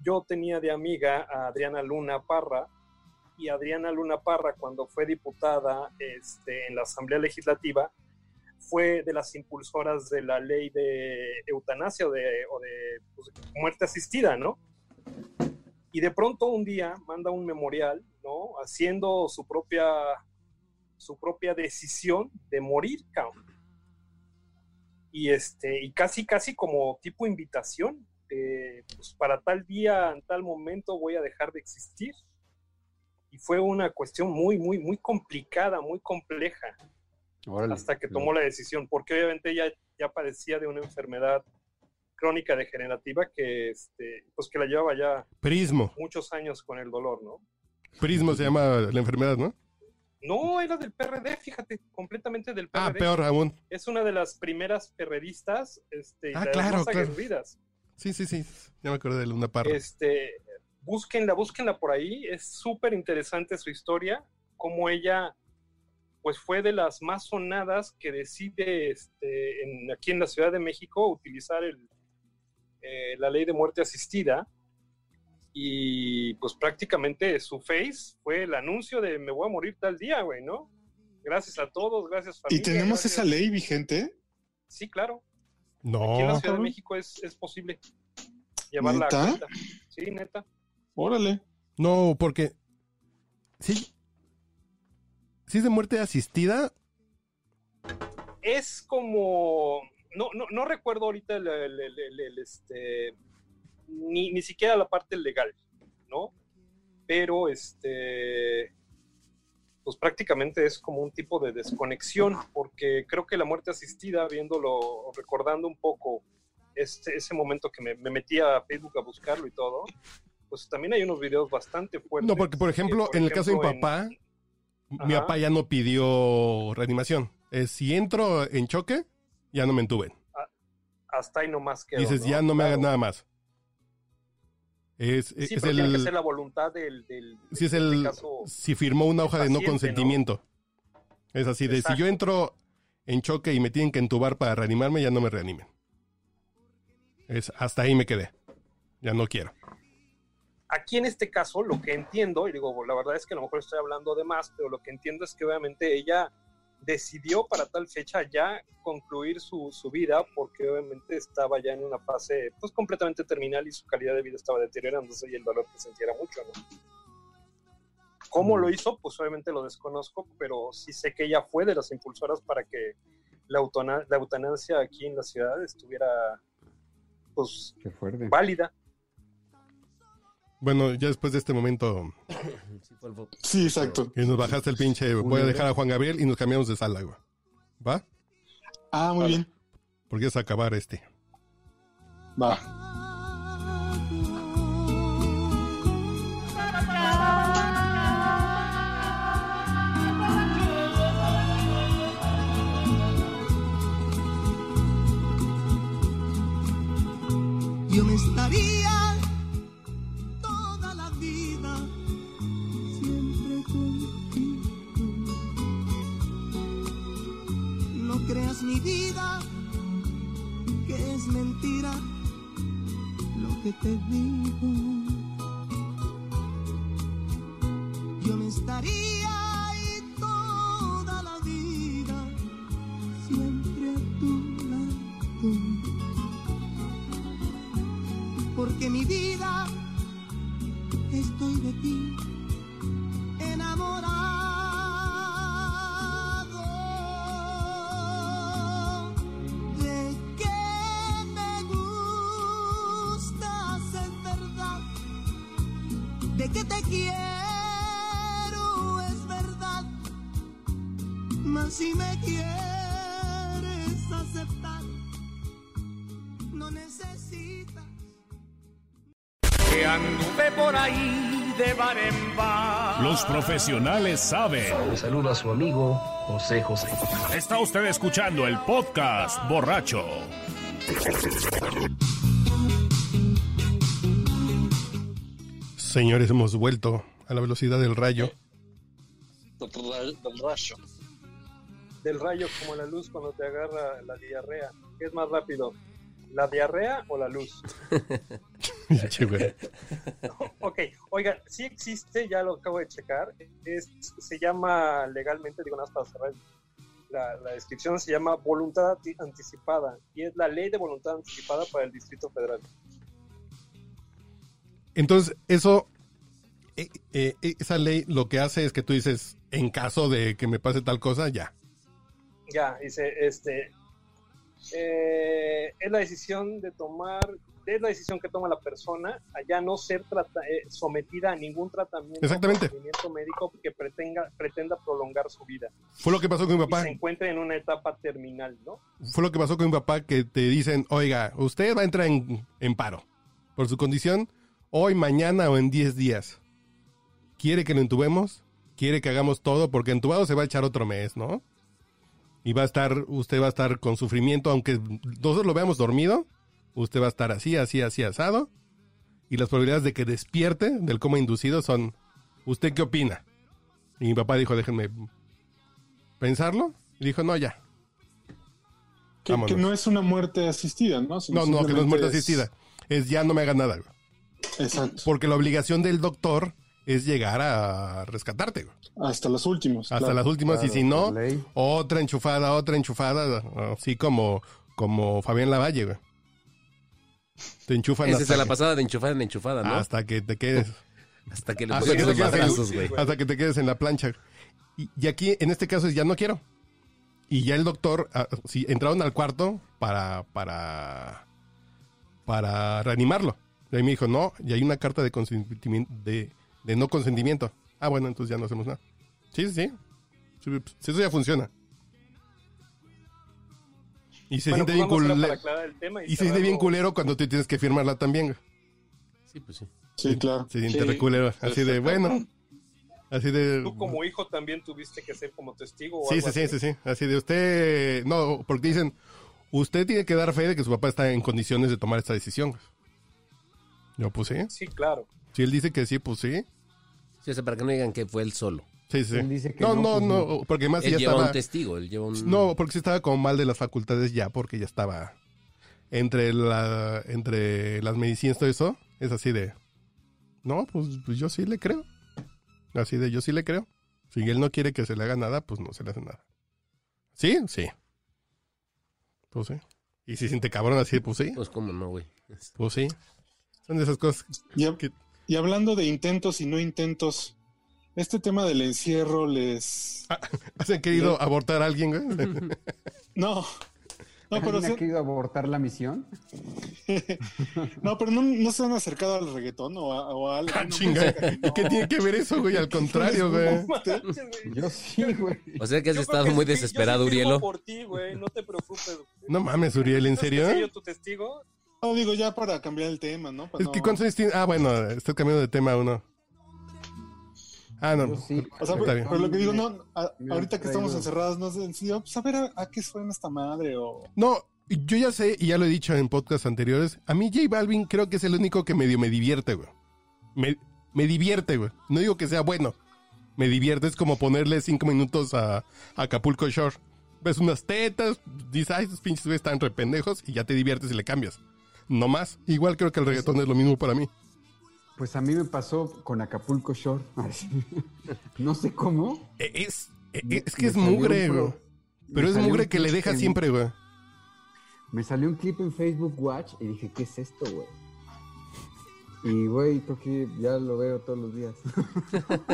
Speaker 6: Yo tenía de amiga a Adriana Luna Parra y Adriana Luna Parra cuando fue diputada este, en la Asamblea Legislativa fue de las impulsoras de la ley de eutanasia o de, o de, pues, muerte asistida, ¿no? Y de pronto un día manda un memorial, ¿no? Haciendo su propia su propia decisión de morir, cabrón. Y este, y casi, casi como tipo invitación, de, pues para tal día, en tal momento voy a dejar de existir. Y fue una cuestión muy, muy, muy complicada, muy compleja,
Speaker 3: Órale.
Speaker 6: hasta que tomó la decisión, porque obviamente ella ya padecía de una enfermedad crónica degenerativa que, este, pues que la llevaba ya
Speaker 4: Prismo.
Speaker 6: muchos años con el dolor, ¿no?
Speaker 4: Prismo se llama la enfermedad, ¿no?
Speaker 6: No, era del PRD, fíjate, completamente del PRD.
Speaker 4: Ah, peor aún.
Speaker 6: es una de las primeras perredistas este, y
Speaker 4: Ah,
Speaker 6: de las
Speaker 4: claro,
Speaker 6: más
Speaker 4: claro.
Speaker 6: aguerridas.
Speaker 4: Sí, sí, sí. Ya me acordé de Luna Parra.
Speaker 6: Este, búsquenla, búsquenla por ahí. Es súper interesante su historia, cómo ella pues fue de las más sonadas que decide este, en- aquí en la Ciudad de México utilizar el, eh, la ley de muerte asistida. Y pues prácticamente su face fue el anuncio de me voy a morir tal día, güey, ¿no? Gracias a todos, gracias familia.
Speaker 1: ¿Y tenemos
Speaker 6: gracias-
Speaker 1: esa ley vigente?
Speaker 6: Sí, claro. Aquí en la
Speaker 4: No.
Speaker 6: Ciudad de
Speaker 1: cabrón.
Speaker 6: México es, es posible llevarla
Speaker 1: ¿Neta?
Speaker 6: a cuenta. Sí, neta.
Speaker 1: Órale.
Speaker 4: No, porque. Sí. Sí es de muerte asistida.
Speaker 6: Es como. No, no, no recuerdo ahorita el, el- el- el- el, este, ni, ni siquiera la parte legal, ¿no? Pero este. Pues prácticamente es como un tipo de desconexión, porque creo que la muerte asistida, viéndolo, recordando un poco este, ese momento que me, me metí a Facebook a buscarlo y todo, pues también hay unos videos bastante fuertes.
Speaker 4: No, porque, por ejemplo,
Speaker 6: Que, Pues por
Speaker 4: en el caso de mi
Speaker 6: ejemplo, en-
Speaker 4: papá, mi
Speaker 6: Ajá.
Speaker 4: papá ya no pidió reanimación. Es, si entro en choque, ya no me entuben.
Speaker 6: hasta ahí nomás quedó.
Speaker 4: Dices, ya no me
Speaker 6: Claro.
Speaker 4: hagan nada más. Es,
Speaker 6: Sí,
Speaker 4: es
Speaker 6: pero tiene que ser
Speaker 4: el.
Speaker 6: la voluntad del. del
Speaker 4: Si es
Speaker 6: en este
Speaker 4: el.
Speaker 6: caso,
Speaker 4: Si firmó una hoja de no
Speaker 6: paciente, ¿no?
Speaker 4: consentimiento. Es así de, si
Speaker 6: Exacto.
Speaker 4: yo entro en choque y me tienen que entubar para reanimarme, ya no me reanimen. Es, hasta ahí me quedé. Ya no quiero.
Speaker 6: aquí en este caso, lo que entiendo, y digo, la verdad es que a lo mejor estoy hablando de más, pero lo que entiendo es que obviamente ella decidió para tal fecha ya concluir su, su vida, porque obviamente estaba ya en una fase pues completamente terminal y su calidad de vida estaba deteriorándose y el dolor que sentía era mucho, ¿no? ¿Cómo lo hizo? Pues obviamente lo desconozco, pero sí sé que ella fue de las impulsoras para que la, autona- la eutanasia aquí en la ciudad estuviera pues
Speaker 3: Qué fuerte.
Speaker 6: válida.
Speaker 4: Bueno, ya después de este momento
Speaker 5: Sí, fue algo-
Speaker 1: Sí, exacto.
Speaker 4: que nos bajaste el pinche, voy a dejar a Juan Gabriel y nos cambiamos de sala, güey. ¿Va?
Speaker 1: Ah, muy bien.
Speaker 4: Porque es acabar este.
Speaker 1: Va.
Speaker 7: Yo me estaría toda la vida siempre contigo. No creas mi vida, que es mentira lo que te digo. Yo me estaría ahí toda la vida siempre a tu lado porque mi vida estoy de ti enamorado. De que me gustas es verdad, de que te quiero es verdad, mas si me quieres aceptar, no necesitas.
Speaker 8: Los profesionales saben.
Speaker 9: Le saluda a su amigo José José.
Speaker 8: Está usted escuchando el podcast borracho.
Speaker 4: Señores, hemos vuelto a la velocidad del rayo.
Speaker 2: Del, ra- del rayo.
Speaker 6: Del rayo como la luz cuando te agarra la diarrea. ¿Qué es más rápido? ¿La diarrea o la luz?
Speaker 4: Pinche güey.
Speaker 6: Ok, oigan, sí existe, ya lo acabo de checar. Es, se llama legalmente, digo nada más para cerrar. La, la descripción se llama voluntad anti- anticipada y es la ley de voluntad anticipada para el Distrito Federal.
Speaker 4: Entonces, eso, eh, eh, esa ley lo que hace es que tú dices, en caso de que me pase tal cosa, ya.
Speaker 6: Ya, dice, este, eh, es la decisión de tomar, es la decisión que toma la persona allá no ser trata- eh, sometida a ningún tratamiento
Speaker 4: Exactamente.
Speaker 6: o procedimiento médico que pretenga, pretenda prolongar su vida
Speaker 4: Fue lo que pasó con mi
Speaker 6: y
Speaker 4: papá.
Speaker 6: se encuentre en una etapa terminal, ¿no?
Speaker 4: Fue lo que pasó con mi papá que te dicen, oiga, usted va a entrar en, en paro por su condición hoy, mañana o en 10 días. ¿Quiere que lo entubemos? ¿Quiere que hagamos todo? Porque entubado se va a echar otro mes, ¿no? Y va a estar, usted va a estar con sufrimiento, aunque nosotros lo veamos dormido, usted va a estar así, así, así, asado. Y las probabilidades de que despierte del coma inducido son, ¿usted qué opina? Y mi papá dijo, déjenme pensarlo. Y dijo, no, ya,
Speaker 1: Que,
Speaker 4: Vámonos.
Speaker 1: que no es una muerte asistida, ¿no? Sino
Speaker 4: No, no, que no es muerte
Speaker 1: simplemente
Speaker 4: asistida. Es ya no me haga nada, güey.
Speaker 1: Exacto.
Speaker 4: Porque la obligación del doctor es llegar a rescatarte, güey.
Speaker 1: Hasta los últimos.
Speaker 4: Hasta
Speaker 1: claro.
Speaker 4: las últimas, y
Speaker 3: Claro,
Speaker 4: si no,
Speaker 3: por ley.
Speaker 4: otra enchufada, otra enchufada, así como, como Fabián Lavalle, güey. Te enchufan
Speaker 5: Esa
Speaker 4: hasta,
Speaker 5: es la
Speaker 4: que,
Speaker 5: pasada de enchufada en enchufada, ¿no? Hasta,
Speaker 4: hasta que te quedes.
Speaker 5: que le
Speaker 4: hasta
Speaker 5: pusieron
Speaker 4: que
Speaker 5: los
Speaker 4: te quedas en-
Speaker 5: madrazos, güey.
Speaker 4: hasta que te quedes en la plancha. Y, y aquí, en este caso, es ya no quiero. Y ya el doctor, ah, sí, entraron al cuarto para, para, para reanimarlo. Y ahí me dijo, no, y hay una carta de consentimiento, de, de no consentimiento. Ah, bueno, entonces ya no hacemos nada. Sí, sí, sí. Sí, pues, Eso ya funciona. Y se
Speaker 6: Bueno,
Speaker 4: siente bien
Speaker 6: pues vamos ahora
Speaker 4: culero.
Speaker 6: para aclarar el tema
Speaker 4: Y se siente bien
Speaker 6: cerrarlo.
Speaker 4: culero cuando tú tienes que firmarla también.
Speaker 5: Sí, pues sí.
Speaker 1: Sí, claro.
Speaker 4: Se siente
Speaker 2: Sí.
Speaker 4: re culero. Así de, bueno. Así de.
Speaker 6: Tú como hijo también tuviste que ser como testigo. o
Speaker 4: Sí,
Speaker 6: algo
Speaker 4: sí, sí,
Speaker 6: así.
Speaker 4: sí, sí. Así de usted. No, porque dicen, usted tiene que dar fe de que su papá está en condiciones de tomar esta decisión. Yo, pues sí.
Speaker 6: Sí, claro.
Speaker 4: Si él dice que sí, pues sí.
Speaker 5: Sí, o sea, para que no digan que fue él solo.
Speaker 4: Sí, sí.
Speaker 3: Él dice que
Speaker 4: no,
Speaker 3: no,
Speaker 4: no, no,
Speaker 3: pues
Speaker 4: porque más
Speaker 5: él
Speaker 4: Ah, ya
Speaker 5: lleva
Speaker 4: estaba.
Speaker 5: un testigo, él lleva un...
Speaker 4: No, porque sí estaba como mal de las facultades ya, porque ya estaba entre la entre las medicinas todo eso, es así de No, pues, pues yo sí le creo. Así de yo sí le creo. Si él no quiere que se le haga nada, pues no se le hace nada. ¿Sí? Sí. Pues sí. Y si siente cabrón así, pues sí.
Speaker 5: Pues cómo no, güey.
Speaker 4: Pues sí. Son de esas cosas.
Speaker 1: Y, hab-
Speaker 4: que-
Speaker 1: y hablando de intentos y no intentos, este tema del encierro les.
Speaker 4: Ah. ¿Has querido abortar a alguien, güey?
Speaker 1: No. No, pero,
Speaker 3: ¿Alguien ha
Speaker 1: se-
Speaker 3: querido abortar la misión?
Speaker 1: no, pero no, no se han acercado al reggaetón o a, o a algo.
Speaker 4: Ah,
Speaker 1: No,
Speaker 4: chinga.
Speaker 1: música que no.
Speaker 4: ¿Qué tiene que ver eso, güey? Al contrario, güey.
Speaker 6: Manches, güey.
Speaker 3: Yo sí, güey.
Speaker 5: O sea que has
Speaker 6: Yo creo
Speaker 5: estado
Speaker 6: que
Speaker 5: muy
Speaker 6: sí, yo sí
Speaker 5: desesperado,
Speaker 6: firmo
Speaker 5: Urielo.
Speaker 6: por ti, güey, no te preocupes.
Speaker 4: No mames, Uriel, ¿en serio?
Speaker 6: ¿Soy yo tu testigo?
Speaker 1: No, digo ya para cambiar el tema, ¿no? Para
Speaker 4: Es que
Speaker 1: no-
Speaker 4: cuántos años tiene- Ah, bueno, estás cambiando de tema uno. Ah, no.
Speaker 3: Yo sí.
Speaker 1: O sea,
Speaker 4: Está
Speaker 1: pero,
Speaker 4: bien.
Speaker 1: pero lo que digo, no, a-
Speaker 3: Me
Speaker 1: ahorita que
Speaker 3: traigo.
Speaker 1: estamos encerrados, no sé, sí, pues a ver a, a qué suena esta madre o.
Speaker 4: No, yo ya sé, y ya lo he dicho en podcasts anteriores, a mí J Balvin creo que es el único que medio me divierte, güey. Me, me divierte, güey. No digo que sea bueno. Me divierte, es como ponerle cinco minutos a, a Acapulco Shore. Ves unas tetas, dices, ay, estos pinches güeyes están re pendejos, y ya te diviertes y le cambias. No más. Igual creo que el reggaetón es lo mismo para mí.
Speaker 3: Pues a mí me pasó con Acapulco Shore. no sé cómo.
Speaker 4: Eh, Es, eh,
Speaker 3: me-
Speaker 4: es que
Speaker 3: me
Speaker 4: es
Speaker 3: salió un
Speaker 4: mugre,
Speaker 3: pro-
Speaker 4: güey.
Speaker 3: me
Speaker 4: Pero es
Speaker 3: salió un
Speaker 4: mugre que le
Speaker 3: clip
Speaker 4: deja
Speaker 3: en-
Speaker 4: siempre, güey.
Speaker 3: Me salió un clip en Facebook Watch y dije, ¿qué es esto, güey? Y, güey, creo que ya lo veo todos los días.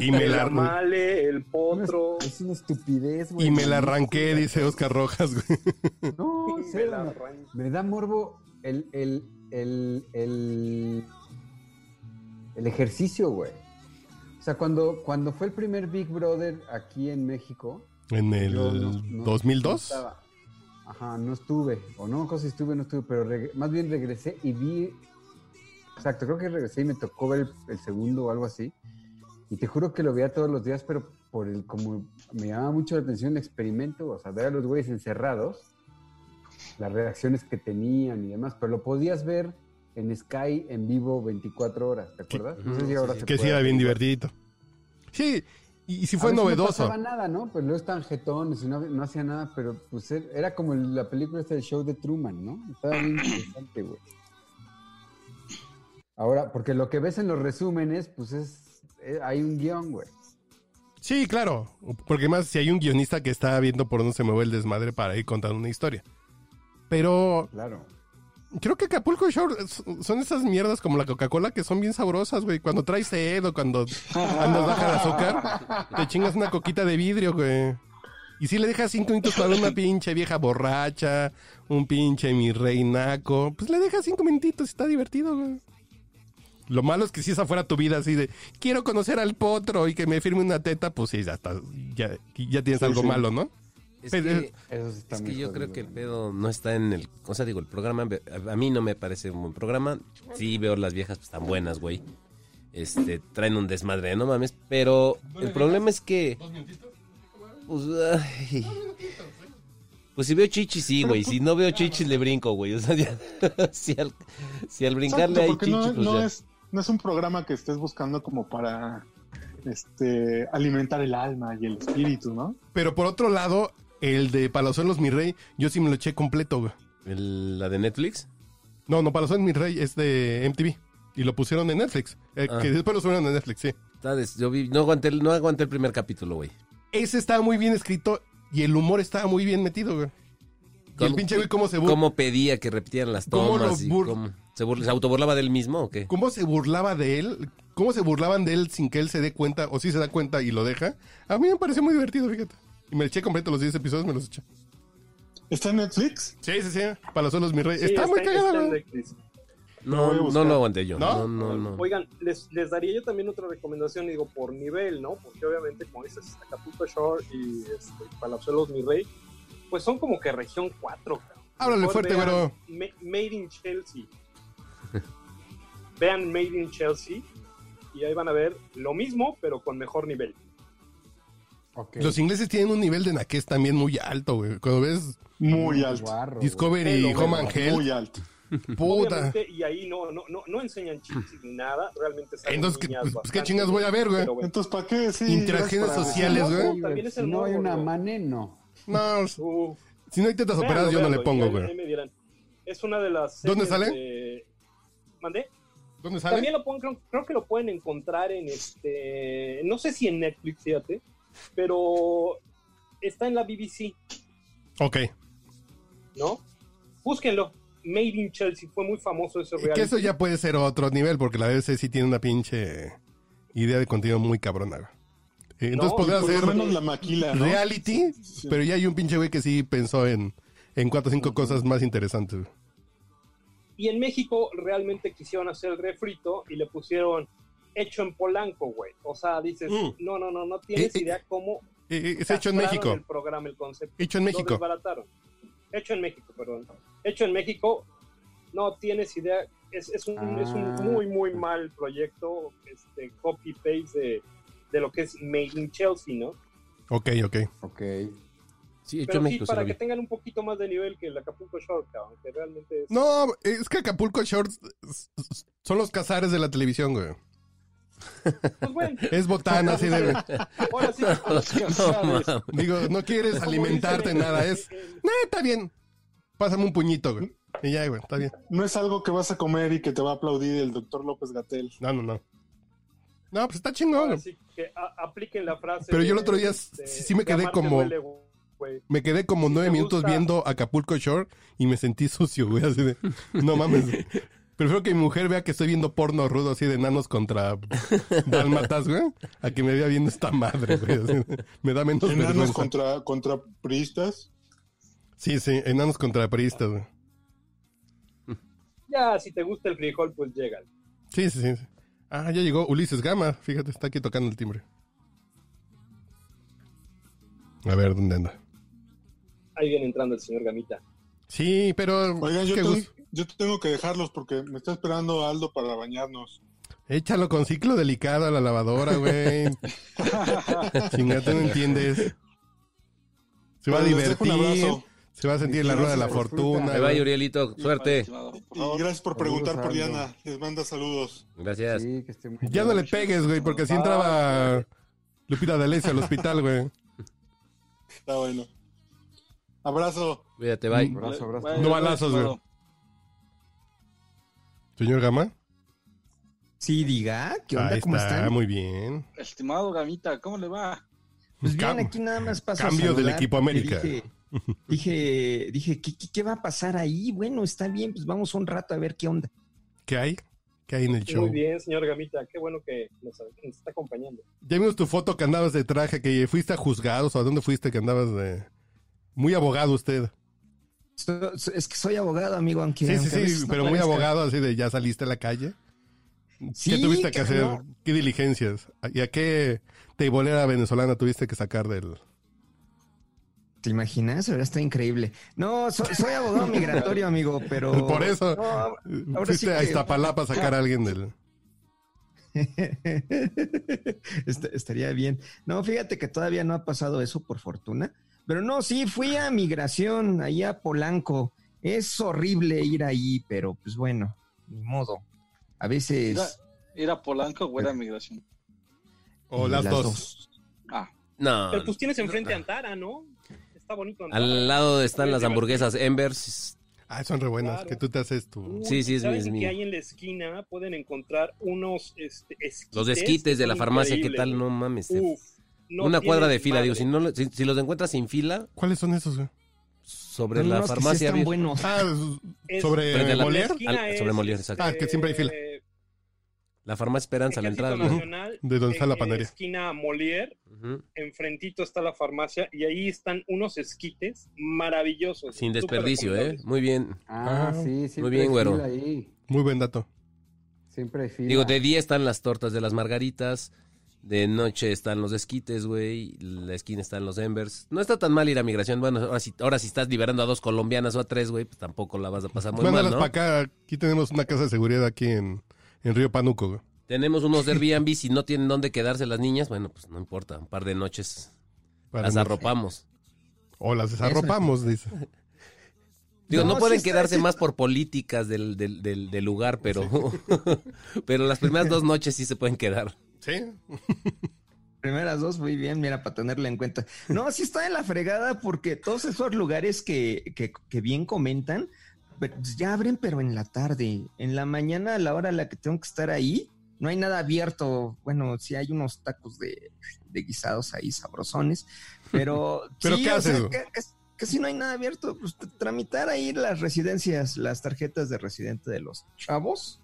Speaker 4: Y me
Speaker 6: el
Speaker 4: la,
Speaker 6: amale, el potro.
Speaker 3: Es una estupidez, güey.
Speaker 4: y me la arranqué, dice Oscar Rojas, güey.
Speaker 3: No,
Speaker 6: y me
Speaker 3: cero,
Speaker 6: la
Speaker 3: no.
Speaker 6: arranca.
Speaker 3: Me da morbo el, el, el, el, el ejercicio, güey. O sea, cuando, cuando fue el primer Big Brother aquí en México.
Speaker 4: En el
Speaker 3: yo no- no-
Speaker 4: 2002.
Speaker 3: no estaba. Ajá, no estuve. O no, cosa si estuve, o no estuve. Pero reg- más bien regresé y vi. Exacto, creo que regresé y me tocó ver el, el segundo o algo así. Y te juro que lo veía todos los días, pero por el como me llamaba mucho la atención el experimento, o sea, ver a los güeyes encerrados, las reacciones que tenían y demás, pero lo podías ver en Sky en vivo 24 horas, ¿te acuerdas? No sé si ahora se
Speaker 4: Que sí
Speaker 3: pueda.
Speaker 4: era bien divertidito. Sí, y, y si
Speaker 3: A
Speaker 4: fue
Speaker 3: veces
Speaker 4: novedoso.
Speaker 3: No pasaba nada, ¿no? Pues no estaban jetones y no, no hacía nada, pero pues er- era como el- la película esta del show de Truman, ¿no? Estaba bien interesante, güey. Ahora, porque lo que ves en los resúmenes, pues es. eh, hay un guión, güey.
Speaker 4: Sí, claro. Porque más si hay un guionista que está viendo por dónde se mueve el desmadre para ir contando una historia. Pero
Speaker 3: Claro.
Speaker 4: creo que Acapulco Shore es- son esas mierdas como la Coca-Cola que son bien sabrosas, güey. Cuando traes sed o cuando andas baja de azúcar, te chingas una coquita de vidrio, güey. Y si le dejas cinco minutos para una pinche vieja borracha, un pinche mi rey naco, pues le dejas cinco minutitos y está divertido, güey. Lo malo es que si esa fuera tu vida así de quiero conocer al potro y que me firme una teta, pues sí, ya está, ya, ya tienes algo malo, ¿no?
Speaker 5: Es
Speaker 4: Pero-
Speaker 5: que,
Speaker 3: Eso sí está
Speaker 5: es
Speaker 3: muy
Speaker 5: que yo
Speaker 3: jodido,
Speaker 5: creo que el
Speaker 3: güey.
Speaker 5: pedo no está en el... O sea, digo, el programa... A a mí no me parece un buen programa. Sí veo las viejas pues, tan buenas, güey. Este, traen un desmadre, no mames. Pero el problema es que... Pues, ay.
Speaker 1: ¿eh?
Speaker 5: Pues si veo chichis, sí, güey. Si no veo chichis, le brinco, güey. O sea, ya- si, al, si al
Speaker 1: Exacto,
Speaker 5: brincarle hay
Speaker 1: porque
Speaker 5: chichis,
Speaker 1: no,
Speaker 5: pues
Speaker 1: no
Speaker 5: ya.
Speaker 1: es, no es un programa que estés buscando como para este alimentar el alma y el espíritu, ¿no?
Speaker 4: Pero por otro lado, el de Palazuelos Mi Rey, yo sí me lo eché completo, güey.
Speaker 5: El- la de Netflix.
Speaker 4: No, no, Palazuelos Mi Rey es de MTV. Y lo pusieron en Netflix. eh,
Speaker 5: Ah.
Speaker 4: Que después lo subieron en Netflix, sí.
Speaker 5: Está des- yo vi- no, aguanté, el- no aguanté el primer capítulo, güey.
Speaker 4: Ese estaba muy bien escrito y el humor estaba muy bien metido, güey. Y el
Speaker 5: ¿Cómo-
Speaker 4: pinche güey, ¿cómo se, bur-
Speaker 5: ¿Cómo pedía que repitieran las
Speaker 4: ¿Cómo lo
Speaker 5: tomas? y
Speaker 4: bur-
Speaker 5: cómo- ¿Se, burla- se autoburlaba del mismo o qué?
Speaker 4: cómo se burlaba de él? ¿Cómo se burlaban de él sin que él se dé cuenta o si se da cuenta y lo deja? A mí me pareció muy divertido, fíjate. Y me lo eché completo los 10 episodios, me los eché.
Speaker 1: Está en Netflix.
Speaker 4: Sí, sí, sí. Palazuelos Mi Rey.
Speaker 6: Sí,
Speaker 4: está, muy
Speaker 6: está este
Speaker 4: cagado,
Speaker 6: en
Speaker 4: güey.
Speaker 6: Netflix.
Speaker 1: Lo voy a
Speaker 5: No, no
Speaker 1: buscar.
Speaker 5: lo aguanté yo.
Speaker 4: ¿No?
Speaker 5: No, no, no.
Speaker 6: Oigan, les, les daría yo también otra recomendación, digo, por nivel, ¿no? Porque obviamente, como dices, Acapulco Shore y este, Palazuelos Mi Rey, pues son como que región 4, cabrón.
Speaker 4: Háblale
Speaker 6: Mejor
Speaker 4: fuerte,
Speaker 6: vean
Speaker 4: güero.
Speaker 6: Ma- Made in Chelsea. vean Made in Chelsea y ahí van a ver lo mismo, pero con mejor nivel.
Speaker 3: Ok.
Speaker 4: Los ingleses tienen un nivel de naqués también muy alto, güey. Cuando ves
Speaker 3: Mm,
Speaker 1: Muy alto.
Speaker 3: Guarro, güey.
Speaker 4: Discovery y
Speaker 6: Pero,
Speaker 4: Home
Speaker 6: pero,
Speaker 4: and Health,
Speaker 1: Muy alto.
Speaker 4: puta.
Speaker 6: Obviamente, y ahí no, no, no, no enseñan chichis ni nada, realmente salen
Speaker 4: Entonces, ¿qué,
Speaker 6: niñas
Speaker 4: pues,
Speaker 6: bastante,
Speaker 4: ¿qué chingas voy a ver, güey?
Speaker 6: pero bueno.
Speaker 1: Entonces, ¿para qué? Sí, gracias
Speaker 4: Interacciones
Speaker 1: para-
Speaker 4: sociales,
Speaker 3: Ah, Sí,
Speaker 4: güey.
Speaker 3: güey,
Speaker 6: También es
Speaker 3: si
Speaker 6: el
Speaker 3: no hay
Speaker 6: morbo,
Speaker 3: una
Speaker 6: güey.
Speaker 3: mane, no.
Speaker 4: No,
Speaker 6: Uf.
Speaker 4: si no hay tetas
Speaker 6: Veanlo,
Speaker 4: operadas, yo no le
Speaker 6: veanlo, y
Speaker 4: pongo,
Speaker 6: ahí-
Speaker 4: güey.
Speaker 6: ahí me dirán. Es una de las.
Speaker 4: ¿Dónde
Speaker 6: series
Speaker 4: sale?
Speaker 6: de- ¿Mandé?
Speaker 4: ¿Dónde
Speaker 6: También
Speaker 4: sale?
Speaker 6: lo pueden, creo, creo que lo pueden encontrar en este. No sé si en Netflix, fíjate. Pero está en la BBC,
Speaker 4: Ok.
Speaker 6: ¿no? Búsquenlo. Made in Chelsea. Fue muy famoso ese
Speaker 4: Que
Speaker 6: reality.
Speaker 4: eso ya puede ser otro nivel, porque la BBC sí tiene una pinche idea de contenido muy cabrona, güey. Eh, Entonces
Speaker 6: No,
Speaker 4: podría
Speaker 1: Por
Speaker 4: ser
Speaker 1: lo menos la maquila, ¿no?
Speaker 4: reality,
Speaker 1: Sí.
Speaker 4: pero ya hay un pinche güey que sí pensó en, en cuatro o cinco cosas más interesantes, güey.
Speaker 6: Y en México realmente quisieron hacer el refrito y le pusieron hecho en Polanco, güey. O sea, dices,
Speaker 4: Mm.
Speaker 6: no, no, no, no tienes
Speaker 4: Eh, eh,
Speaker 6: idea cómo.
Speaker 4: Eh, eh, es hecho en
Speaker 6: castraron
Speaker 4: México.
Speaker 6: El programa, el concepto.
Speaker 4: Hecho en
Speaker 6: Lo
Speaker 4: México.
Speaker 6: desbarataron. Hecho en México, perdón. Hecho en México, no tienes idea. Es, es un,
Speaker 3: Ah.
Speaker 6: es un muy, muy mal proyecto, este, copy-paste de, de lo que es Made in Chelsea, ¿no?
Speaker 4: Ok, ok.
Speaker 3: Ok.
Speaker 5: Sí, hecho
Speaker 6: Pero sí,
Speaker 5: México se
Speaker 6: para
Speaker 5: lo
Speaker 6: que
Speaker 5: vi.
Speaker 6: tengan un poquito más de nivel que el Acapulco Shore, cabrón, que realmente es...
Speaker 4: No, es que Acapulco Shorts s- s- son los cazares de la televisión, güey.
Speaker 6: Pues bueno,
Speaker 4: Es botana, así de...
Speaker 6: ahora sí,
Speaker 5: No, mames.
Speaker 4: Digo, no quieres
Speaker 6: como
Speaker 4: alimentarte
Speaker 6: dicen en-
Speaker 4: nada, es...
Speaker 6: en- en-
Speaker 4: "Nah, está bien. Pásame un puñito, güey. Y ya, güey, está bien.
Speaker 1: No es algo que vas a comer y que te va a aplaudir el doctor López Gatel.
Speaker 4: No, no, no. No, pues está chingón.
Speaker 6: ahora
Speaker 4: güey.
Speaker 6: sí que a- apliquen la frase...
Speaker 4: Pero yo el
Speaker 6: de,
Speaker 4: otro día
Speaker 6: este,
Speaker 4: sí- sí me quedé
Speaker 6: llamar te
Speaker 4: como-
Speaker 6: duele, güey.
Speaker 4: Me quedé como nueve
Speaker 6: te
Speaker 4: minutos
Speaker 6: gusta-
Speaker 4: viendo Acapulco Shore y me sentí sucio, güey, así de... No mames. güey. Prefiero que mi mujer vea que estoy viendo porno rudo así de nanos contra dálmatas, güey, a que me vea viendo esta madre, güey. así de- Me da menos
Speaker 1: Enanos
Speaker 4: vergüenza.
Speaker 1: contra, contra priistas.
Speaker 4: Sí, sí, enanos contra priistas, güey.
Speaker 6: Ya, si te gusta el frijol, pues llega.
Speaker 4: Sí, sí, sí, sí. Ah, ya llegó Ulises Gama. Fíjate, está aquí tocando el timbre. A ver, ¿dónde anda?
Speaker 6: Ahí viene entrando el señor Gamita.
Speaker 4: Sí, pero...
Speaker 1: Oigan, yo,
Speaker 4: qué
Speaker 1: tengo-
Speaker 4: gusto.
Speaker 1: yo tengo que dejarlos porque me está esperando Aldo para bañarnos.
Speaker 4: Échalo con ciclo delicado a la lavadora, güey. Chingate, no entiendes. Se va a
Speaker 1: Pero les dejo un
Speaker 4: divertir.
Speaker 1: abrazo.
Speaker 4: Se va a sentir en la rueda de la
Speaker 3: Disfruta.
Speaker 4: fortuna.
Speaker 5: Ahí va, Urielito. Suerte.
Speaker 1: Y gracias por
Speaker 3: Saludos,
Speaker 1: preguntar por
Speaker 3: Aldo.
Speaker 1: Diana. Les manda saludos.
Speaker 5: Gracias.
Speaker 3: Sí, que esté muy
Speaker 4: Ya no le pegues, güey, porque así entraba Lupita D'Alessio al hospital, güey.
Speaker 1: Está bueno. Abrazo.
Speaker 5: Cuídate, bye.
Speaker 3: Un abrazo, abrazo.
Speaker 4: No balazos, güey. Señor Gama.
Speaker 7: Sí, diga, ¿qué onda?
Speaker 4: Ahí
Speaker 7: ¿Cómo
Speaker 4: está,
Speaker 7: están?
Speaker 4: muy bien.
Speaker 2: Estimado Gamita, ¿cómo le va?
Speaker 7: Pues bien,
Speaker 4: Cam-
Speaker 7: aquí nada más pasó.
Speaker 4: cambio del equipo América.
Speaker 7: Dije, dije, dije, ¿qué, qué, qué va a pasar ahí? Bueno, está bien, pues vamos un rato a ver qué onda.
Speaker 4: ¿Qué hay? ¿Qué hay en el show?
Speaker 6: Muy bien, señor Gamita. Qué bueno que nos, que nos está acompañando.
Speaker 4: Ya vimos tu foto que andabas de traje, que fuiste a juzgados, o a dónde fuiste que andabas de... Muy abogado usted.
Speaker 7: So- so- es que soy abogado, amigo, aunque.
Speaker 4: Sí,
Speaker 7: aunque a
Speaker 4: sí,
Speaker 7: veces
Speaker 4: sí,
Speaker 7: no
Speaker 4: pero muy
Speaker 7: parezca.
Speaker 4: abogado, así de ya saliste a la calle. ¿Qué
Speaker 7: Sí,
Speaker 4: tuviste que hacer?
Speaker 7: cabrón.
Speaker 4: ¿Qué diligencias? ¿Y a qué teibolera venezolana tuviste que sacar del...
Speaker 7: ¿Te imaginas? Ahora está increíble. No, so- soy abogado migratorio, amigo, pero.
Speaker 4: Por eso,
Speaker 7: No, ahora- ahora
Speaker 4: fuiste
Speaker 7: sí
Speaker 4: a
Speaker 7: que-
Speaker 4: Iztapalapa a sacar a alguien del...
Speaker 7: Est- estaría bien. No, fíjate que todavía no ha pasado eso, por fortuna. Pero no, sí, fui a migración, allá a Polanco. Es horrible ir ahí, pero pues bueno, ni modo. A veces.
Speaker 2: Ir a, ir a Polanco o era migración.
Speaker 4: O
Speaker 7: y
Speaker 4: las, dos.
Speaker 2: Ah,
Speaker 5: No.
Speaker 6: Pero pues tienes enfrente a Antara, ¿no? Está bonito Antara.
Speaker 5: Al lado están las hamburguesas Embers.
Speaker 4: Ah, son re buenas,
Speaker 6: Claro.
Speaker 4: que tú te haces tu...
Speaker 6: Uy,
Speaker 5: Sí, sí, es
Speaker 6: ¿saben
Speaker 5: mi- es
Speaker 6: que
Speaker 5: mi-
Speaker 6: hay en la esquina? Pueden encontrar unos este, esquites.
Speaker 5: Los esquites de la
Speaker 6: Son
Speaker 5: farmacia, ¿qué
Speaker 6: increíbles.
Speaker 5: tal? No mames. te-
Speaker 6: Uf, no
Speaker 5: Una cuadra
Speaker 6: tienen
Speaker 5: de fila,
Speaker 6: madre.
Speaker 5: digo, si, no, lo- si, si los encuentras sin fila,
Speaker 4: ¿Cuáles son esos? güey?
Speaker 5: sobre
Speaker 7: Son
Speaker 5: la
Speaker 7: unos que sí
Speaker 5: farmacia...
Speaker 7: están
Speaker 5: había-
Speaker 7: buenos.
Speaker 4: Ah,
Speaker 6: Es-
Speaker 5: Frente a
Speaker 4: sobre
Speaker 5: la-
Speaker 4: Molière.
Speaker 6: esquina
Speaker 5: Al-
Speaker 6: es,
Speaker 5: sobre Molière, exacto.
Speaker 4: Ah, que siempre hay fila.
Speaker 6: eh,
Speaker 5: La farmacia Esperanza, la
Speaker 6: Ejército
Speaker 5: entrada. ¿no?
Speaker 6: Nacional,
Speaker 4: De donde está
Speaker 6: en-
Speaker 4: la
Speaker 6: en
Speaker 4: panadería.
Speaker 6: esquina Molière,
Speaker 5: Ujú.
Speaker 6: enfrentito está la farmacia y ahí están unos esquites maravillosos.
Speaker 5: Sin
Speaker 6: súper
Speaker 5: desperdicio, ¿eh?
Speaker 6: recomendables.
Speaker 5: Muy bien.
Speaker 3: Ah,
Speaker 4: Ah,
Speaker 3: sí, siempre
Speaker 5: bien,
Speaker 3: hay
Speaker 5: güero.
Speaker 3: fila ahí.
Speaker 4: Muy buen dato.
Speaker 3: Siempre hay fila.
Speaker 5: Digo, de día están las tortas de las margaritas, de noche están los esquites, güey, la esquina están los embers. No está tan mal ir a migración. Bueno, ahora si, ahora si estás liberando a dos colombianas o a tres, güey, pues tampoco la vas a pasar muy
Speaker 4: Mándalas
Speaker 5: mal, ¿no?
Speaker 4: para acá. Aquí tenemos una casa de seguridad aquí en, en Río Panuco. güey.
Speaker 5: Tenemos unos Airbnb, si no tienen dónde quedarse las niñas, bueno, pues no importa, un par de noches
Speaker 4: Para
Speaker 5: las
Speaker 4: no-
Speaker 5: arropamos.
Speaker 4: O las desarropamos, dice.
Speaker 5: Digo, no,
Speaker 7: No, sí
Speaker 5: pueden
Speaker 7: está-
Speaker 5: quedarse
Speaker 7: sí-
Speaker 5: más por políticas del, del- del- del lugar, pero, pero las primeras dos noches sí se pueden quedar.
Speaker 4: Sí.
Speaker 7: Primeras dos, muy bien, mira, para tenerla en cuenta. No, sí está en la fregada porque todos esos lugares que, que- que bien comentan, pero pues, ya abren, pero en la tarde. En la mañana, a la hora a la que tengo que estar ahí, no hay nada abierto. Bueno, sí hay unos tacos de, de guisados ahí, sabrosones, pero...
Speaker 4: ¿Pero
Speaker 7: sí,
Speaker 4: qué
Speaker 7: o
Speaker 4: haces?
Speaker 7: sea, ca- ca- Casi no hay nada abierto, pues tr- tramitar ahí las residencias, las tarjetas de residente de los chavos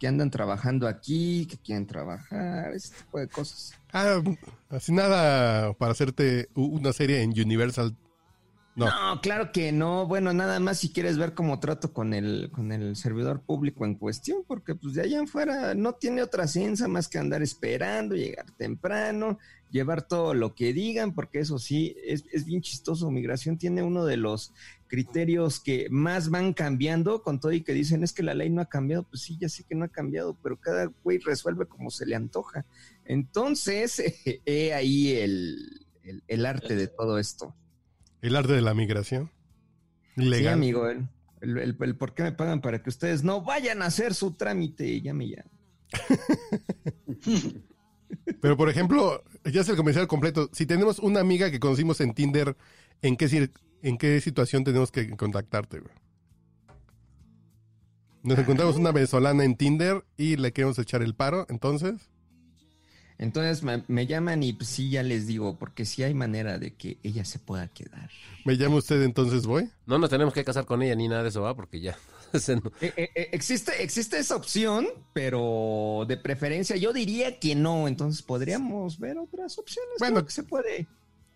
Speaker 7: que andan trabajando aquí, que quieren trabajar, ese tipo de cosas.
Speaker 4: Ah, así nada para hacerte u- una serie en Universal. No.
Speaker 7: No, claro que no. Bueno, nada más si quieres ver cómo trato con el, con el servidor público en cuestión, porque pues de allá en fuera no tiene otra ciencia más que andar esperando, llegar temprano, llevar todo lo que digan, porque eso sí, es, es bien chistoso. Migración tiene uno de los criterios que más van cambiando con todo y que dicen es que la ley no ha cambiado. Pues sí, ya sé que no ha cambiado, pero cada güey resuelve como se le antoja. Entonces, he ahí el- el- el arte de todo esto.
Speaker 4: El arte de la migración. Legal.
Speaker 7: Sí, amigo, el, el- el- el por qué me pagan para que ustedes no vayan a hacer su trámite, llame ya.
Speaker 4: Pero por ejemplo, ya es el comercial completo. Si tenemos una amiga que conocimos en Tinder, ¿en qué, cir- en qué situación tenemos que contactarte? güey? Nos encontramos una venezolana en Tinder y le queremos echar el paro, entonces.
Speaker 7: Entonces me, me llaman y pues, sí, ya les digo, porque sí hay manera de que ella se pueda quedar.
Speaker 4: ¿Me llama usted entonces voy?
Speaker 5: No nos tenemos que casar con ella ni nada de eso, ¿va? Porque ya se-
Speaker 7: Eh, eh, eh, existe, existe esa opción, pero de preferencia yo diría que no, entonces podríamos ver otras opciones.
Speaker 4: Bueno.
Speaker 7: Bueno, que se puede.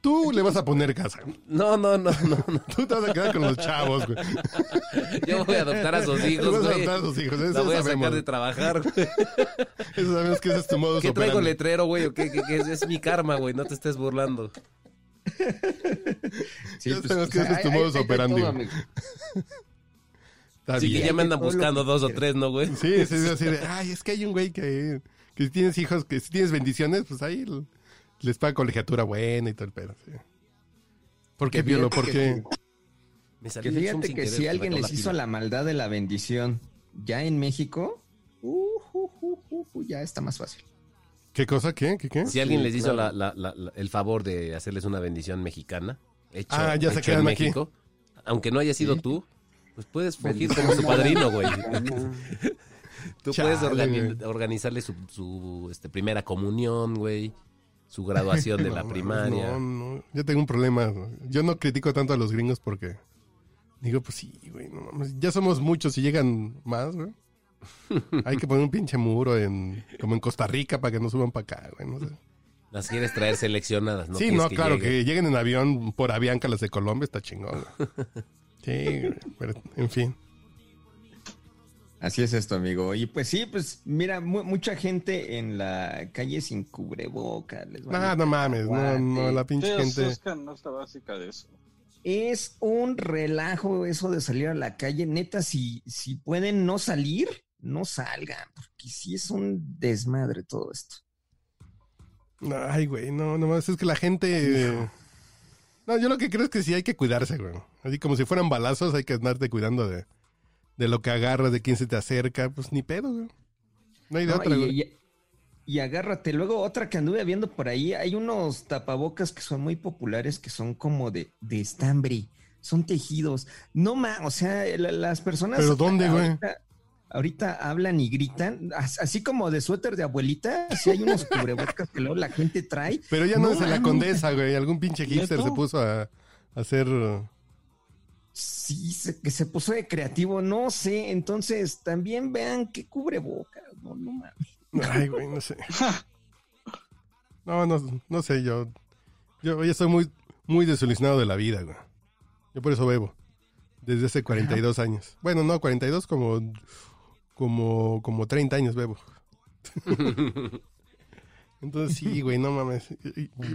Speaker 4: Tú le vas a poner casa.
Speaker 5: No, no, no, no, no.
Speaker 4: Tú te vas a quedar con los chavos, güey.
Speaker 5: Yo voy a adoptar a sus hijos,
Speaker 4: Tú vas a
Speaker 5: güey.
Speaker 4: adoptar a sus hijos. Eso
Speaker 5: La voy a
Speaker 4: sabemos.
Speaker 5: sacar de trabajar, güey.
Speaker 4: Eso sabemos que ese es tu modus
Speaker 5: ¿Qué traigo
Speaker 4: operandi.
Speaker 5: letrero, güey? ¿O qué, qué- qué es? Es mi karma, güey. No te estés burlando.
Speaker 7: Sí,
Speaker 4: Ya
Speaker 7: pues,
Speaker 4: sabes que ese es tu
Speaker 7: hay-
Speaker 4: modus
Speaker 7: hay- hay de
Speaker 4: operandi.
Speaker 7: todo, amigo.
Speaker 4: Está
Speaker 5: Así que
Speaker 4: bien.
Speaker 5: ya me andan
Speaker 7: Todo lo
Speaker 5: buscando
Speaker 7: que
Speaker 5: dos o
Speaker 7: quieras.
Speaker 5: tres, ¿no, güey?
Speaker 4: Sí, sí, sí, así de, ay, es que hay un güey que, que si tienes hijos, que si tienes bendiciones, pues ahí l- les paga colegiatura buena y todo el pedo. sí. ¿Por qué,
Speaker 7: Que fíjate
Speaker 4: Piolo? ¿Por
Speaker 7: que-
Speaker 4: qué?
Speaker 5: Me
Speaker 7: Que
Speaker 5: salió del Zoom
Speaker 7: fíjate
Speaker 5: sin
Speaker 7: que
Speaker 5: querer,
Speaker 7: si
Speaker 5: me
Speaker 7: alguien
Speaker 5: acabó
Speaker 7: les
Speaker 5: la
Speaker 7: hizo
Speaker 5: pila.
Speaker 7: la maldad de la bendición ya en México, uh, uh, uh, uh, uh, ya está más fácil.
Speaker 4: ¿Qué cosa? ¿Qué? ¿Qué? qué?
Speaker 5: Si alguien
Speaker 7: Sí,
Speaker 5: les hizo
Speaker 7: claro.
Speaker 5: la- la- la- la- el favor de hacerles una bendición mexicana, hecho,
Speaker 4: Ah, ya se
Speaker 5: hecho en
Speaker 4: quedaron aquí.
Speaker 5: México, aunque no haya sido tú, pues puedes fungir como su
Speaker 3: Bendición
Speaker 5: padrino, güey.
Speaker 3: mexicana.
Speaker 5: Tú
Speaker 4: Chale,
Speaker 5: puedes organi-
Speaker 4: güey.
Speaker 5: organizarle su, su, este, primera comunión, güey, su graduación de la
Speaker 4: No,
Speaker 5: primaria.
Speaker 4: No, no. Yo tengo un problema. Yo no critico tanto a los gringos porque. Digo, pues sí, güey. No, mames, ya somos muchos y llegan más, güey. Hay que poner un pinche muro en. Como en Costa Rica para que no suban para acá, güey. No sé.
Speaker 5: Las quieres traer seleccionadas, ¿no?
Speaker 4: sí,
Speaker 5: quieres
Speaker 4: no, claro,
Speaker 5: llegue.
Speaker 4: que lleguen en avión por Avianca las de Colombia está chingón. güey. Sí, güey, pero, en fin.
Speaker 7: Así es esto, amigo. Y pues sí, pues mira, mu- mucha gente en la calle sin cubreboca. Les vale
Speaker 4: No, no mames, no, no, la pinche
Speaker 2: Sí,
Speaker 4: gente.
Speaker 2: es canasta básica de eso.
Speaker 7: Es un relajo eso de salir a la calle. Neta, si, si pueden no salir, no salgan, porque sí es un desmadre todo esto.
Speaker 4: Ay, güey, no, no mames, es que la gente. No, yo lo que creo es que sí hay que cuidarse, güey. Así como si fueran balazos, hay que andarte cuidando de, de lo que agarras, de quién se te acerca. Pues ni pedo, güey. No hay de
Speaker 7: No,
Speaker 4: otra, güey.
Speaker 7: y, y- y agárrate. Luego, otra que anduve viendo por ahí, hay unos tapabocas que son muy populares, que son como de, de estambre, son tejidos. No más, o sea, la- las personas.
Speaker 4: ¿Pero dónde, güey?
Speaker 7: ahorita- Ahorita hablan y gritan, as- así como de suéter de abuelita, así hay unos cubrebocas que luego la gente trae.
Speaker 4: Pero ya no,
Speaker 7: No
Speaker 4: es en la
Speaker 7: mames.
Speaker 4: condesa, güey. Algún pinche hipster
Speaker 2: ¿Neta?
Speaker 4: se puso a, a hacer. uh,
Speaker 7: Sí, se- que se puso de creativo, no sé. Entonces, también vean qué cubrebocas, no, no mames.
Speaker 4: Ay, güey, no sé. No, no, no sé, yo. Yo ya estoy muy, muy desilusionado de la vida, güey. Yo por eso bebo. Desde hace 42 años. Bueno, no, 42 como. Como, como 30 años bebo. entonces, sí, güey, no mames.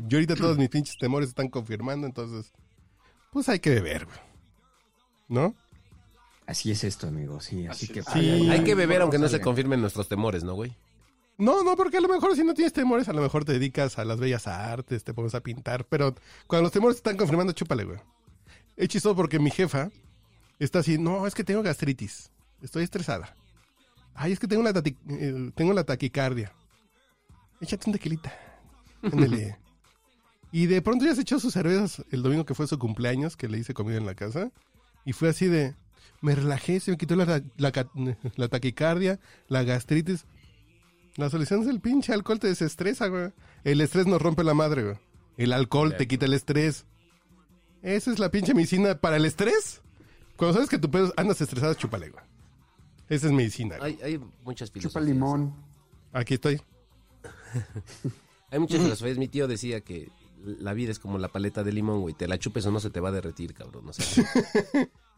Speaker 4: Yo ahorita todos mis pinches temores están confirmando, entonces. Pues hay que beber, güey. ¿No?
Speaker 7: Así es esto, amigo, sí, así,
Speaker 2: Así
Speaker 7: que
Speaker 2: es.
Speaker 7: vayan,
Speaker 4: Sí.
Speaker 5: Hay que beber
Speaker 7: no
Speaker 5: aunque no se
Speaker 7: salgan.
Speaker 5: confirmen nuestros temores, ¿no, güey?
Speaker 4: No, no, porque a lo mejor si no tienes temores, a lo mejor te dedicas a las bellas artes, te pones a pintar, pero cuando los temores te están confirmando, chúpale, güey. Es chistoso porque mi jefa está así, no, es que tengo gastritis, estoy estresada. Ay, es que tengo la, tati- eh, tengo la taquicardia. Échate un tequilita. Ándale. y de pronto ya se echó sus cervezas el domingo que fue su cumpleaños, que le hice comida en la casa, y fue así de, me relajé, se me quitó la- la ca- la taquicardia, la gastritis. La solución es el pinche alcohol te desestresa, güey. El estrés nos rompe la madre, güey. El alcohol te quita el estrés. Esa es la pinche medicina para el estrés. Cuando sabes que tu pedo andas estresado, chúpale, güey. Esa es medicina. güey.
Speaker 5: Hay, hay muchas
Speaker 3: Chupa
Speaker 5: filosofías.
Speaker 3: limón.
Speaker 4: Aquí estoy.
Speaker 5: Hay muchas filosofías. Mi tío decía que la vida es como la paleta de limón, güey. Te la chupes o no se te va a derretir, cabrón. O sea,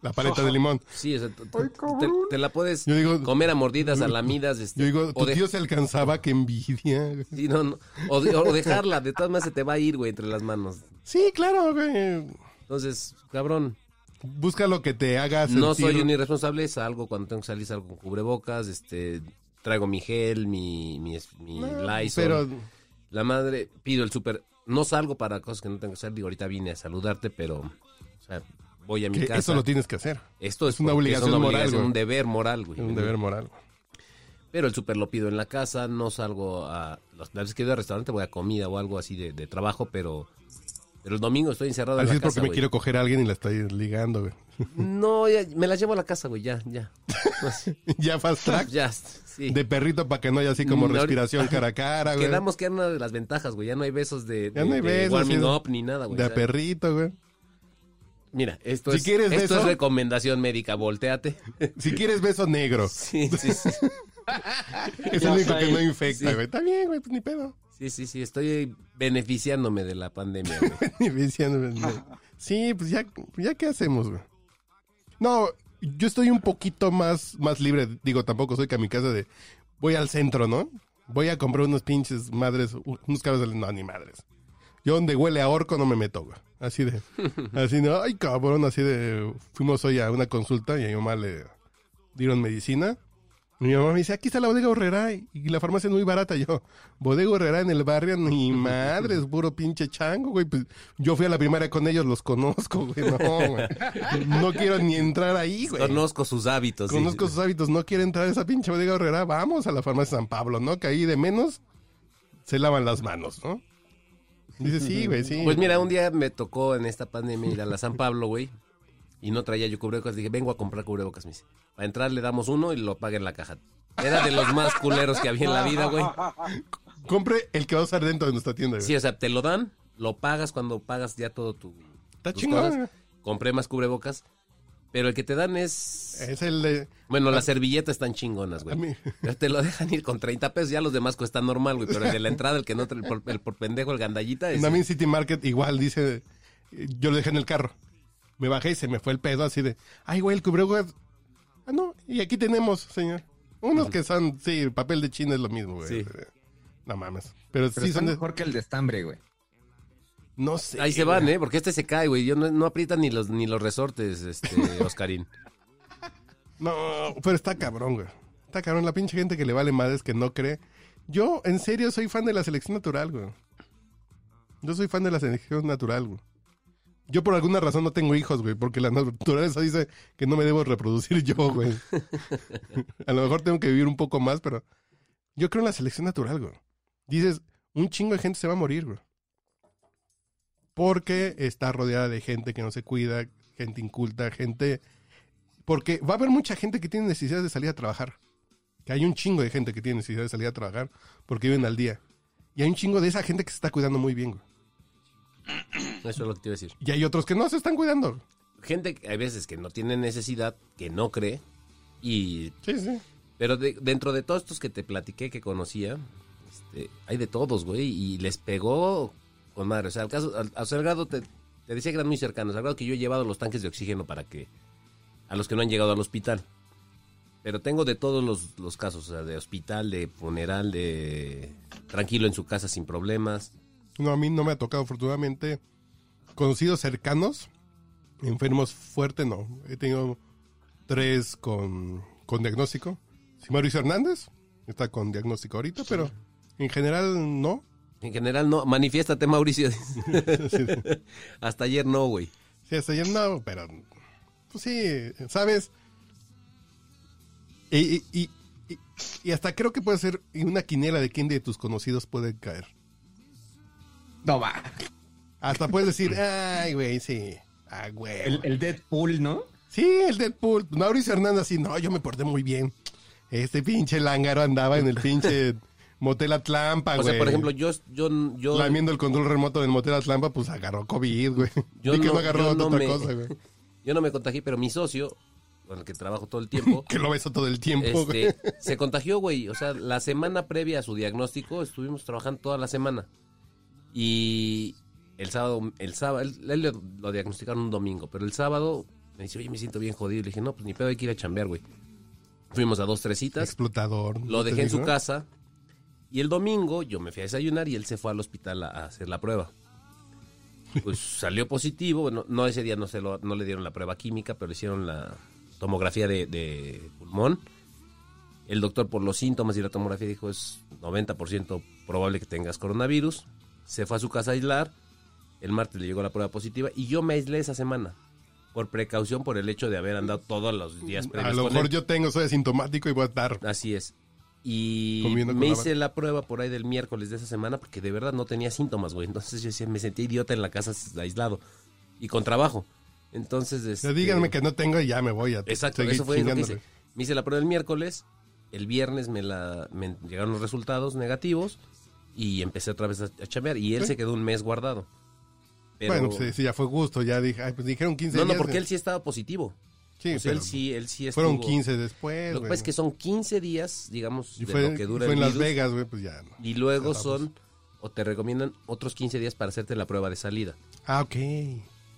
Speaker 4: La paleta de limón.
Speaker 5: sí, o sea, t-
Speaker 3: Ay,
Speaker 5: t- te,
Speaker 3: cabrón.
Speaker 5: te la puedes
Speaker 4: Yo digo-
Speaker 5: comer a mordidas, a lamidas. Este,
Speaker 4: Yo digo,
Speaker 5: o
Speaker 4: tu
Speaker 5: de-
Speaker 4: tío se alcanzaba, que envidia. güey.
Speaker 5: sí, no, no. o, de- o dejarla. De todas maneras se te va a ir, güey, entre las manos.
Speaker 4: Sí, claro, güey.
Speaker 5: Entonces, cabrón,
Speaker 4: Busca lo que te haga sentir.
Speaker 5: no soy un irresponsable, salgo cuando tengo que salir, salgo con cubrebocas, este, traigo mi gel, mi, mi, es- mi
Speaker 4: No,
Speaker 5: Lysol.
Speaker 4: Pero
Speaker 5: La madre, pido el súper. No salgo para cosas que no tengo que hacer. Digo, ahorita vine a saludarte, pero o sea, voy a mi
Speaker 4: que
Speaker 5: casa.
Speaker 4: eso lo tienes que hacer.
Speaker 5: Esto es,
Speaker 4: es una
Speaker 5: porque
Speaker 4: obligación
Speaker 5: una
Speaker 4: moral, güey.
Speaker 5: un deber moral,
Speaker 4: Es
Speaker 5: güey.
Speaker 4: un deber moral. güey.
Speaker 5: Pero el súper lo pido en la casa, no salgo a... Las veces que voy al restaurante voy a comida o algo así de, de trabajo, pero... Pero el domingo estoy encerrado en
Speaker 4: Así
Speaker 5: la
Speaker 4: es porque
Speaker 5: casa,
Speaker 4: me
Speaker 5: güey.
Speaker 4: quiero coger a alguien y la estoy ligando, güey.
Speaker 5: No, ya, me las llevo a la casa, güey, ya, ya. Pues,
Speaker 4: ya fast track.
Speaker 5: ya, sí.
Speaker 4: De perrito para que no haya así como
Speaker 5: Mm, ahorita-
Speaker 4: respiración cara a cara, güey.
Speaker 5: Quedamos que era una de las ventajas, güey. Ya no hay besos de,
Speaker 4: Ya
Speaker 5: de-
Speaker 4: no hay
Speaker 5: de
Speaker 4: besos,
Speaker 5: warming
Speaker 4: sí.
Speaker 5: up ni nada, güey.
Speaker 4: De
Speaker 5: O
Speaker 4: a
Speaker 5: sea,
Speaker 4: perrito, güey.
Speaker 5: Mira, esto,
Speaker 4: Si
Speaker 5: es,
Speaker 4: quieres
Speaker 5: esto
Speaker 4: beso-
Speaker 5: es recomendación médica, volteate.
Speaker 4: Si quieres beso negro,
Speaker 5: Sí, sí, sí.
Speaker 4: es el
Speaker 2: Ya
Speaker 4: único
Speaker 2: sé.
Speaker 4: que no infecta,
Speaker 5: Sí.
Speaker 4: güey. Está bien, güey, pues ni pedo.
Speaker 5: Sí, sí, sí, estoy beneficiándome de la pandemia, güey.
Speaker 4: Ni diciendo, güey. Sí, pues ya, ya qué hacemos, güey. No, yo estoy un poquito más, más libre. Digo, tampoco soy casa de voy al centro, ¿no? Voy a comprar unos pinches madres, unos cabezales, no, ni madres. Yo donde huele a orco no me meto, güey. Así de, así de, ay cabrón, así de, fuimos hoy a una consulta y a mi mamá le dieron medicina. Mi mamá me dice, aquí está la bodega horrera y y la farmacia es muy barata. Yo, bodega horrera en el barrio, ni madre, es puro pinche chango, güey. Pues, yo fui a la primaria con ellos, los conozco, güey. No, güey. No quiero ni entrar ahí, güey.
Speaker 5: Conozco sus hábitos. sí.
Speaker 4: Conozco sus hábitos, no quiere entrar a esa pinche bodega horrera. Vamos a la farmacia San Pablo, ¿no? Que ahí de menos se lavan las manos, ¿no? Dice, sí, güey, sí.
Speaker 5: Pues mira, un día me tocó en esta pandemia ir a la San Pablo, güey. Y no traía yo cubrebocas. Dije, vengo a comprar cubrebocas. Me dice, a entrar le damos uno y lo paga en la caja. Era de los más culeros que había en la vida, güey.
Speaker 4: Compre el que va a usar dentro de nuestra tienda, güey.
Speaker 5: Sí, o sea, te lo dan, lo pagas cuando pagas ya todo tu.
Speaker 4: Está
Speaker 5: tus
Speaker 4: chingón.
Speaker 5: cosas. Compré más cubrebocas. Pero el que te dan es.
Speaker 4: Es el de...
Speaker 5: Bueno, las servilletas están chingonas,
Speaker 4: Ah. a
Speaker 5: güey.
Speaker 4: mí-
Speaker 5: Pero te lo dejan ir con 30 pesos, ya los demás cuestan normal, güey. Pero el de la entrada, el que no, tra- el por, el por pendejo, el gandallita,
Speaker 4: En
Speaker 5: es.
Speaker 4: Amin City Market igual dice, eh, yo lo dejé en el carro. Me bajé y se me fue el pedo así de, ay güey, el cubrebocas. Ah, no, y aquí tenemos, señor. Unos que son, sí, el papel de China es lo mismo, güey.
Speaker 5: Sí.
Speaker 4: No mames. Pero,
Speaker 7: Pero
Speaker 4: sí
Speaker 7: está
Speaker 4: son de,
Speaker 7: mejor que el de estambre, güey.
Speaker 4: no sé.
Speaker 5: Ahí se van,
Speaker 4: güey.
Speaker 5: ¿eh? Porque este se cae, güey. Yo no, no aprieta ni los, ni los resortes, este, Oscarín.
Speaker 4: No, pero está cabrón, güey. Está cabrón la pinche gente que le vale madres que no cree. Yo, en serio, soy fan de la selección natural, güey. Yo soy fan de la selección natural, güey. Yo por alguna razón no tengo hijos, güey, porque la naturaleza dice que no me debo reproducir yo, güey. A lo mejor tengo que vivir un poco más, pero yo creo en la selección natural, güey. Dices, un chingo de gente se va a morir, güey. Porque está rodeada de gente que no se cuida, gente inculta, gente porque va a haber mucha gente que tiene necesidad de salir a trabajar. Que hay un chingo de gente que tiene necesidad de salir a trabajar porque viven al día. Y hay un chingo de esa gente que se está cuidando muy bien, güey.
Speaker 5: Eso es lo que te iba a decir.
Speaker 4: Y hay otros que no se están cuidando.
Speaker 5: Gente, que hay veces que no tiene necesidad, que no cree. Y
Speaker 4: Sí, sí.
Speaker 5: Pero de- dentro de todos estos que te platiqué, que conocía, este, hay de todos, güey, y les pegó con madre. O sea, al caso, al, a Salgado te, te decía que eran muy cercanos. Salgado que yo he llevado los tanques de oxígeno para que, a los que no han llegado al hospital. Pero tengo de todos los, los casos, o sea, de hospital, de funeral, de tranquilo en su casa sin problemas.
Speaker 4: No, a mí no me ha tocado, afortunadamente. Conocidos cercanos, enfermos fuerte, no. He tenido tres con, con diagnóstico. Sí, Mauricio Hernández está con diagnóstico ahorita, pero en general no.
Speaker 5: En general, no. Manifiéstate, Mauricio.
Speaker 4: Sí, sí.
Speaker 5: Hasta ayer no, güey.
Speaker 4: Sí, está llenado, pero. Pues sí, ¿sabes? Y, y- y- y- y hasta creo que puede ser una quiniela de quién de tus conocidos puede caer.
Speaker 7: No va.
Speaker 4: Hasta puedes decir, ay, güey, sí. Ah, güey.
Speaker 7: El, el Deadpool, ¿no?
Speaker 4: Sí, el Deadpool. Mauricio Hernández, sí, no, yo me porté muy bien. Este pinche lángaro andaba en el pinche motel Atlampa,
Speaker 5: O
Speaker 4: Ah, güey.
Speaker 5: sea, por ejemplo, yo, yo, yo,
Speaker 4: Lamiendo el control remoto del motel Atlampa, pues agarró COVID, güey.
Speaker 5: Yo
Speaker 4: y que
Speaker 5: no-
Speaker 4: no agarró
Speaker 5: yo no
Speaker 4: otra
Speaker 5: me-
Speaker 4: cosa, güey.
Speaker 5: yo no me contagié, pero mi socio, con el que trabajo todo el tiempo,
Speaker 4: Que lo besó todo el tiempo, güey.
Speaker 5: Este, se contagió, güey. O sea, la semana previa a su diagnóstico estuvimos trabajando toda la semana. Y el sábado, el sábado, él, él lo- lo diagnosticaron un domingo, pero el sábado me dice, oye, me siento bien jodido. Y le dije, no, pues ni pedo, hay que ir a chambear, güey. Fuimos a dos, tres citas.
Speaker 4: Explotador.
Speaker 5: Lo
Speaker 4: ¿no te
Speaker 5: dejé en su
Speaker 4: digo?
Speaker 5: casa. Y el domingo yo me fui a desayunar y él se fue al hospital a, a hacer la prueba. Pues salió positivo. Bueno, no ese día no, se lo, no le dieron la prueba química, pero le hicieron la tomografía de, de pulmón. El doctor, por los síntomas y la tomografía, dijo es 90% probable que tengas coronavirus. Se fue a su casa a aislar. El martes le llegó la prueba positiva y yo me aislé esa semana. Por precaución, por el hecho de haber andado todos los días previos.
Speaker 4: A lo
Speaker 5: con
Speaker 4: mejor
Speaker 5: él.
Speaker 4: yo tengo, soy asintomático y voy a estar.
Speaker 5: Así es. Y
Speaker 4: Comiendo con
Speaker 5: me
Speaker 4: la
Speaker 5: hice la prueba por ahí del miércoles de esa semana porque de verdad no tenía síntomas, güey. Entonces yo decía, me sentí idiota en la casa aislado y con trabajo. Entonces,
Speaker 4: Ya
Speaker 5: este,
Speaker 4: díganme que no tengo y ya me voy a
Speaker 5: Exacto,
Speaker 4: seguir
Speaker 5: eso fue lo que
Speaker 4: chingándole.
Speaker 5: hice. Me hice la prueba el miércoles, el viernes me la me llegaron los resultados negativos y empecé otra vez a, a chambear y él
Speaker 4: Sí.
Speaker 5: se quedó un mes guardado. Pero
Speaker 4: Bueno, pues sí, sí, ya fue gusto, ya dije, ay, pues dijeron 15
Speaker 5: no, no,
Speaker 4: días.
Speaker 5: porque él sí estaba positivo.
Speaker 4: Sí,
Speaker 5: O sea, él
Speaker 4: pero
Speaker 5: sí, él sí
Speaker 4: fueron
Speaker 5: estuvo-
Speaker 4: 15 después,
Speaker 5: Lo que
Speaker 4: güey,
Speaker 5: pasa es
Speaker 4: ¿no?
Speaker 5: que son 15 días, digamos,
Speaker 4: Y
Speaker 5: de
Speaker 4: fue,
Speaker 5: lo que dura
Speaker 4: fue en
Speaker 5: el
Speaker 4: Las
Speaker 5: virus.
Speaker 4: Vegas, güey, pues ya. no.
Speaker 5: Y luego
Speaker 4: Ajá,
Speaker 5: son, o te recomiendan otros 15 días para hacerte la prueba de salida.
Speaker 4: Ah, ok.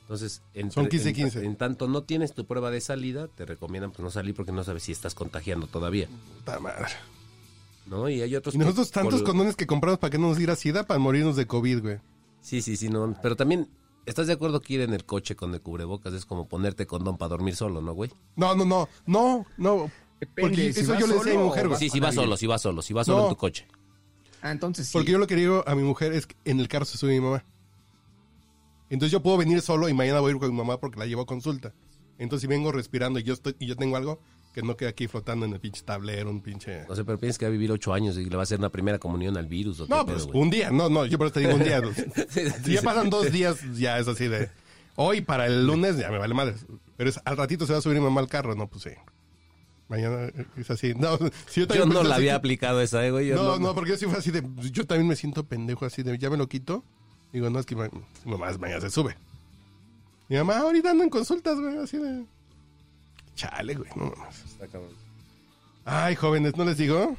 Speaker 5: Entonces, entre-
Speaker 4: Son 15,
Speaker 5: en,
Speaker 4: 15.
Speaker 5: en tanto no tienes tu prueba de salida, te recomiendan pues, no salir porque no sabes si estás contagiando todavía,
Speaker 4: Puta madre.
Speaker 5: ¿no? Y hay otros...
Speaker 4: Y nosotros
Speaker 5: que-
Speaker 4: tantos
Speaker 5: por-
Speaker 4: condones que compramos para que no nos diera sida, para morirnos de COVID, güey.
Speaker 5: Sí, sí, sí, no. Pero también, ¿estás de acuerdo que ir en el coche con el cubrebocas es como ponerte condón para dormir solo, no, güey?
Speaker 4: No, no, no, no, no. Porque
Speaker 7: Depende, si
Speaker 4: eso
Speaker 7: vas
Speaker 4: yo le decía a mi
Speaker 7: solo
Speaker 4: mujer,
Speaker 7: o
Speaker 4: güey.
Speaker 7: vas
Speaker 5: Sí,
Speaker 7: con
Speaker 5: si vas
Speaker 7: alguien.
Speaker 5: solo, si vas solo, si vas solo
Speaker 4: No.
Speaker 5: en tu coche.
Speaker 7: Ah, entonces sí.
Speaker 4: Porque yo lo que le digo a mi mujer es que en el carro se sube mi mamá. Entonces yo puedo venir solo y mañana voy a ir con mi mamá porque la llevo a consulta. Entonces si vengo respirando y yo estoy y yo tengo algo que no quede aquí flotando en el pinche tablero, un pinche.
Speaker 5: No sé, pero piensas que va a vivir ocho años y le va a hacer una primera comunión al virus. ¿o qué
Speaker 4: No,
Speaker 5: pedo,
Speaker 4: pues
Speaker 5: güey?
Speaker 4: un día, no, no, yo por eso te digo un día. Si ya
Speaker 5: Dice,
Speaker 4: pasan dos días, ya es así de. Hoy para el lunes ya me vale madre. Pero es, al ratito se va a subir mi mamá al carro, no, pues sí. Mañana es así. No, si yo también
Speaker 5: Yo no
Speaker 4: pensé
Speaker 5: la
Speaker 4: pues, así,
Speaker 5: había aplicado esa, eh, güey. yo
Speaker 4: No, no, porque yo sí fue así de. Yo también me siento pendejo así de. Ya me lo quito. Digo, no, es que ma- mi mamá mañana se sube. Mi mamá ahorita anda en consultas, güey, así de. Chale, güey, no mames. Ay, jóvenes, ¿no les digo?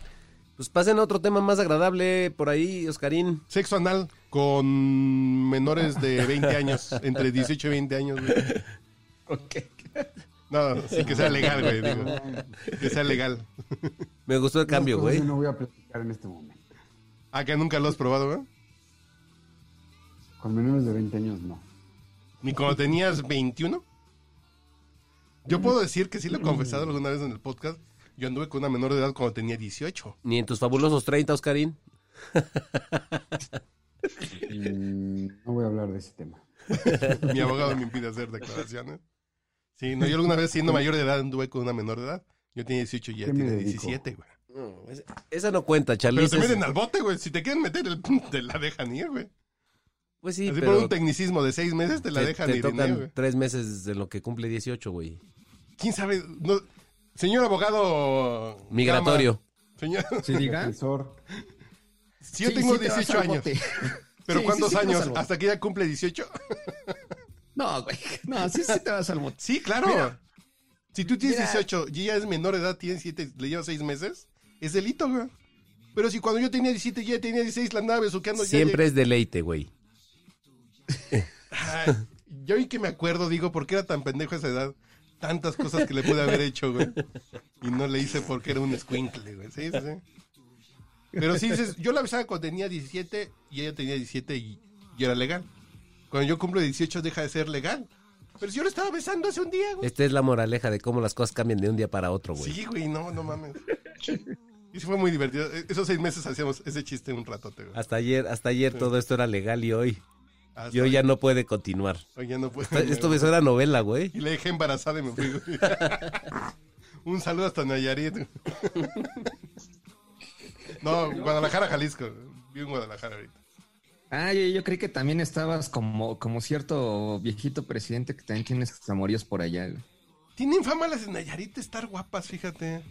Speaker 5: Pues pasen a otro tema más agradable por ahí, Oscarín.
Speaker 4: Sexo anal con menores de 20 años, entre 18 y 20 años, güey.
Speaker 7: Ok.
Speaker 4: No, no, sí, que sea legal, güey, digo. Que sea legal.
Speaker 5: Me gustó el cambio,
Speaker 3: Esas cosas
Speaker 5: güey.
Speaker 3: yo No voy a platicar en este momento.
Speaker 4: Acá Ah, nunca lo has probado, ¿eh? güey.
Speaker 3: Con menores de 20 años, no.
Speaker 4: Ni cuando tenías 21. Yo puedo decir que sí
Speaker 7: Mm.
Speaker 4: lo he confesado alguna vez en el podcast. Yo anduve con una menor de edad cuando tenía 18.
Speaker 5: Ni en tus fabulosos 30, Oscarín.
Speaker 3: Mm, no voy a hablar de ese tema.
Speaker 4: Mi abogado me impide hacer declaraciones. Sí, no, yo alguna vez siendo mayor de edad anduve con una menor de edad. Yo tenía 18 y ella
Speaker 3: ¿Qué me
Speaker 4: tiene
Speaker 3: dedico?
Speaker 4: 17, güey.
Speaker 5: No, es- esa no cuenta,
Speaker 4: Pero
Speaker 5: Charlize.
Speaker 4: te meten
Speaker 5: es-
Speaker 4: al bote, güey. Si te quieren meter, el- te la dejan ir, güey.
Speaker 5: Pues sí,
Speaker 4: Así
Speaker 5: pero
Speaker 4: por un tecnicismo de seis meses te la dejan ir,
Speaker 5: tocan
Speaker 4: Irineo, güey.
Speaker 5: tres meses de lo que cumple 18, güey.
Speaker 4: ¿Quién sabe? No- señor abogado... Gama,
Speaker 5: Migratorio.
Speaker 4: señor,
Speaker 7: ¿Se diga?
Speaker 3: Profesor,
Speaker 4: si yo
Speaker 7: Sí,
Speaker 4: tengo
Speaker 7: sí te vas
Speaker 4: 18
Speaker 7: al
Speaker 4: años,
Speaker 7: bote.
Speaker 4: pero
Speaker 7: Sí,
Speaker 4: ¿cuántos
Speaker 7: sí, sí te vas
Speaker 4: años?
Speaker 7: al bote.
Speaker 4: ¿Hasta que ella cumple 18?
Speaker 7: No, güey. No, sí, sí te vas al bote.
Speaker 4: Sí, claro.
Speaker 7: Mira.
Speaker 4: si tú tienes
Speaker 7: Mira.
Speaker 4: 18 y ella es menor de edad, tiene 7, le lleva 6 meses, es delito, güey. Pero si cuando yo tenía 17 y ella tenía 16, la andaba besuqueando. ya
Speaker 5: Siempre es deleite, güey.
Speaker 4: Ay, yo hoy que me acuerdo, digo, ¿por qué era tan pendejo a esa edad? Tantas cosas que le pude haber hecho, güey. Y no le hice porque era un escuincle, güey. Sí, sí, sí. Pero sí dices, yo la besaba cuando tenía 17 y ella tenía 17 y, y era legal. Cuando yo cumplo 18 deja de ser legal. Pero si yo la estaba besando hace un día, güey.
Speaker 5: Esta es la moraleja de cómo las cosas cambian de un día para otro, güey.
Speaker 4: Sí, güey, no, no mames. Y sí fue muy divertido. E-, Esos seis meses hacíamos ese chiste un ratote, güey.
Speaker 5: Hasta ayer, hasta ayer todo esto era legal y hoy,
Speaker 4: Hasta
Speaker 5: y hoy ya no puede continuar.
Speaker 4: hoy ya no puedo.
Speaker 5: Esto me suena a novela, güey.
Speaker 4: Y la dejé embarazada y me fui. güey. Un saludo hasta Nayarit. no, Guadalajara, Jalisco. Vivo en Guadalajara ahorita.
Speaker 7: Ah, yo, yo creí que también estabas como, como cierto viejito presidente que también tienes amoríos por allá. eh, güey.
Speaker 4: Tienen fama las de Nayarit de estar guapas, fíjate.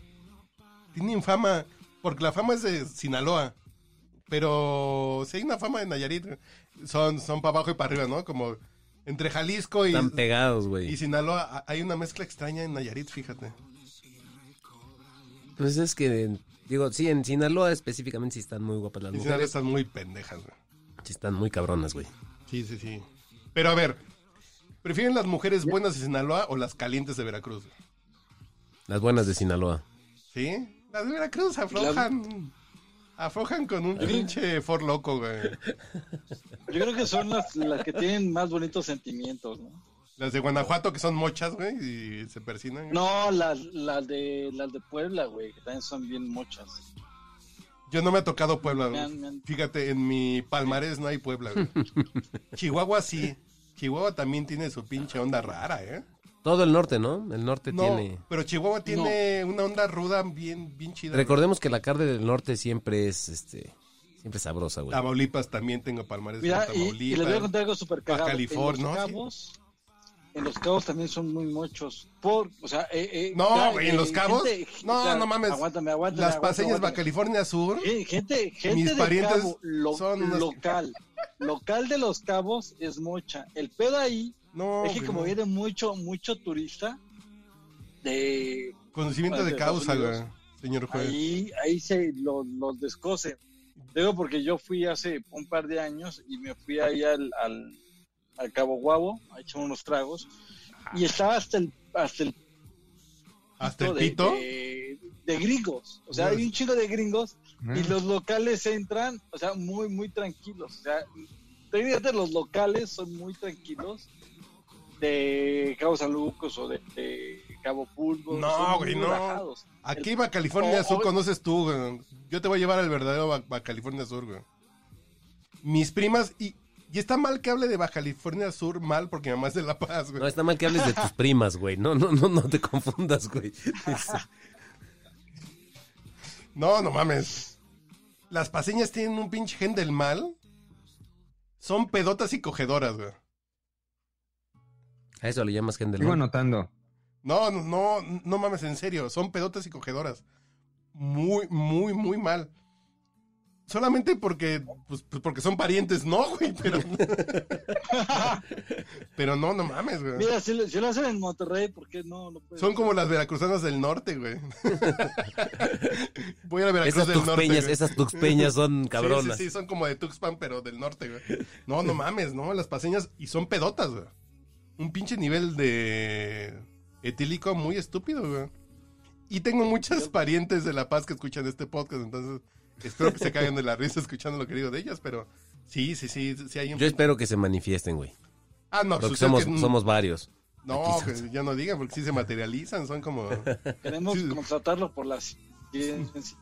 Speaker 4: Tienen fama, porque la fama es de Sinaloa. Pero si hay una fama de Nayarit, son, son para abajo y para arriba, ¿no? Como entre Jalisco y,
Speaker 5: Están pegados,
Speaker 4: y
Speaker 5: güey.
Speaker 4: Sinaloa a- hay una mezcla extraña en Nayarit, fíjate.
Speaker 5: Pues es que, digo, sí, en Sinaloa específicamente sí están muy guapas las
Speaker 4: En Sinaloa
Speaker 5: mujeres.
Speaker 4: están muy pendejas, güey.
Speaker 5: Sí están muy cabronas, güey.
Speaker 4: Sí, sí, sí. Pero a ver, ¿prefieren las mujeres buenas de Sinaloa o las calientes de Veracruz?
Speaker 5: Las buenas de Sinaloa.
Speaker 4: ¿Sí? Las de Veracruz aflojan. Aflojan con un pinche for loco, güey.
Speaker 2: Yo creo que son las, las que tienen más bonitos sentimientos, ¿no?
Speaker 4: Las de Guanajuato que son mochas, güey, y se persinan.
Speaker 2: No, las, las de las de Puebla, güey, que también son bien muchas.
Speaker 4: Yo no me ha tocado Puebla,
Speaker 2: Me
Speaker 4: güey.
Speaker 2: han- me han-
Speaker 4: Fíjate, en mi palmarés no hay Puebla, güey. Chihuahua sí. Chihuahua también tiene su pinche onda rara, ¿eh?
Speaker 5: Todo el norte, ¿no? El norte
Speaker 4: No,
Speaker 5: tiene...
Speaker 4: pero Chihuahua tiene una onda ruda bien, bien chida. güey.
Speaker 5: Recordemos que la carne del norte siempre es, este, siempre sabrosa, güey.
Speaker 4: Tamaulipas también tengo palmarés.
Speaker 2: Mira,
Speaker 4: con
Speaker 2: y, y les voy a
Speaker 4: Tamaulipas.
Speaker 2: contar algo súper cagado.
Speaker 4: Baja California,
Speaker 2: en los
Speaker 4: ¿no?
Speaker 2: cabos, en los cabos también son muy muchos. Por, o sea, eh, eh,
Speaker 4: No,
Speaker 2: ya,
Speaker 4: güey, en
Speaker 2: eh,
Speaker 4: Los Cabos, no, no mames.
Speaker 2: Aguántame, aguántame.
Speaker 4: Las
Speaker 2: aguántame,
Speaker 4: paseñas
Speaker 2: aguántame.
Speaker 4: Baja California Sur.
Speaker 2: Eh, Gente, gente
Speaker 4: Mis
Speaker 2: de
Speaker 4: parientes
Speaker 2: Cabo, lo-
Speaker 4: son unos-
Speaker 2: local. Local de los cabos es mocha. El pedo ahí
Speaker 4: No,
Speaker 2: es que
Speaker 4: güey,
Speaker 2: como
Speaker 4: no.
Speaker 2: viene mucho, mucho turista, de
Speaker 4: Conocimiento de
Speaker 2: de
Speaker 4: causa,
Speaker 2: Estados
Speaker 4: güey, señor juez.
Speaker 2: ahí, ahí se los los descosen. Digo porque yo fui hace un par de años y me fui ahí al, al, al Cabo Guabo a echar unos tragos
Speaker 4: Ah.
Speaker 2: y estaba hasta el hasta el
Speaker 4: Hasta el
Speaker 2: de-
Speaker 4: pito.
Speaker 2: de, de gringos. O sea, hay un chico de gringos
Speaker 4: Ah.
Speaker 2: y los locales entran, o sea, muy, muy tranquilos. O sea, técnicamente los locales son muy tranquilos de Cabo San Lucas o de, de Cabo Pulpo.
Speaker 4: No,
Speaker 2: son
Speaker 4: güey,
Speaker 2: muy
Speaker 4: no.
Speaker 2: relajados.
Speaker 4: Aquí va California
Speaker 2: O-
Speaker 4: Sur,
Speaker 2: o-
Speaker 4: conoces tú, güey. Yo te voy a llevar al verdadero Baja California Sur, güey. Mis primas, y, y está mal que hable de Baja California Sur mal porque mi mamá es de La Paz, güey.
Speaker 5: No, está mal que hables de tus primas, güey. No, no, no, no te confundas, güey. Este,
Speaker 4: No, no mames. Las paseñas tienen un pinche gen del mal. Son pedotas y cogedoras, güey.
Speaker 5: A eso le llamas gente
Speaker 7: Sigo anotando.
Speaker 4: No, no, no, no mames, en serio. Son pedotas y cogedoras. Muy, muy, muy mal. Solamente porque, pues, pues porque son parientes, no, güey, pero. pero no, no mames, güey.
Speaker 2: Mira, si lo, si lo hacen en Monterrey, ¿por qué no? lo pueden
Speaker 4: Son
Speaker 2: hacer?
Speaker 4: como las veracruzanas del norte, güey. Voy a la Veracruz
Speaker 5: Esas
Speaker 4: del norte.
Speaker 5: tuxpeñas,
Speaker 4: güey.
Speaker 5: esas tuxpeñas son cabronas.
Speaker 4: Sí, sí, sí, son como de Tuxpan, pero del norte, güey. No, no mames, no, las paseñas y son pedotas, güey. Un pinche nivel de etílico muy estúpido, güey. Y tengo muchas parientes de La Paz que escuchan este podcast, entonces espero que se caigan de la risa escuchando lo que digo de ellas, pero sí, sí, sí, sí hay un...
Speaker 5: Yo espero que se manifiesten, güey.
Speaker 4: Ah, no,
Speaker 5: Porque
Speaker 4: ustedes
Speaker 5: somos,
Speaker 4: que-
Speaker 5: somos varios.
Speaker 4: No,
Speaker 5: aquí
Speaker 4: pues, ya no digan, porque sí se materializan, son como...
Speaker 2: Queremos
Speaker 4: Sí.
Speaker 2: contratarlo por las ciencias.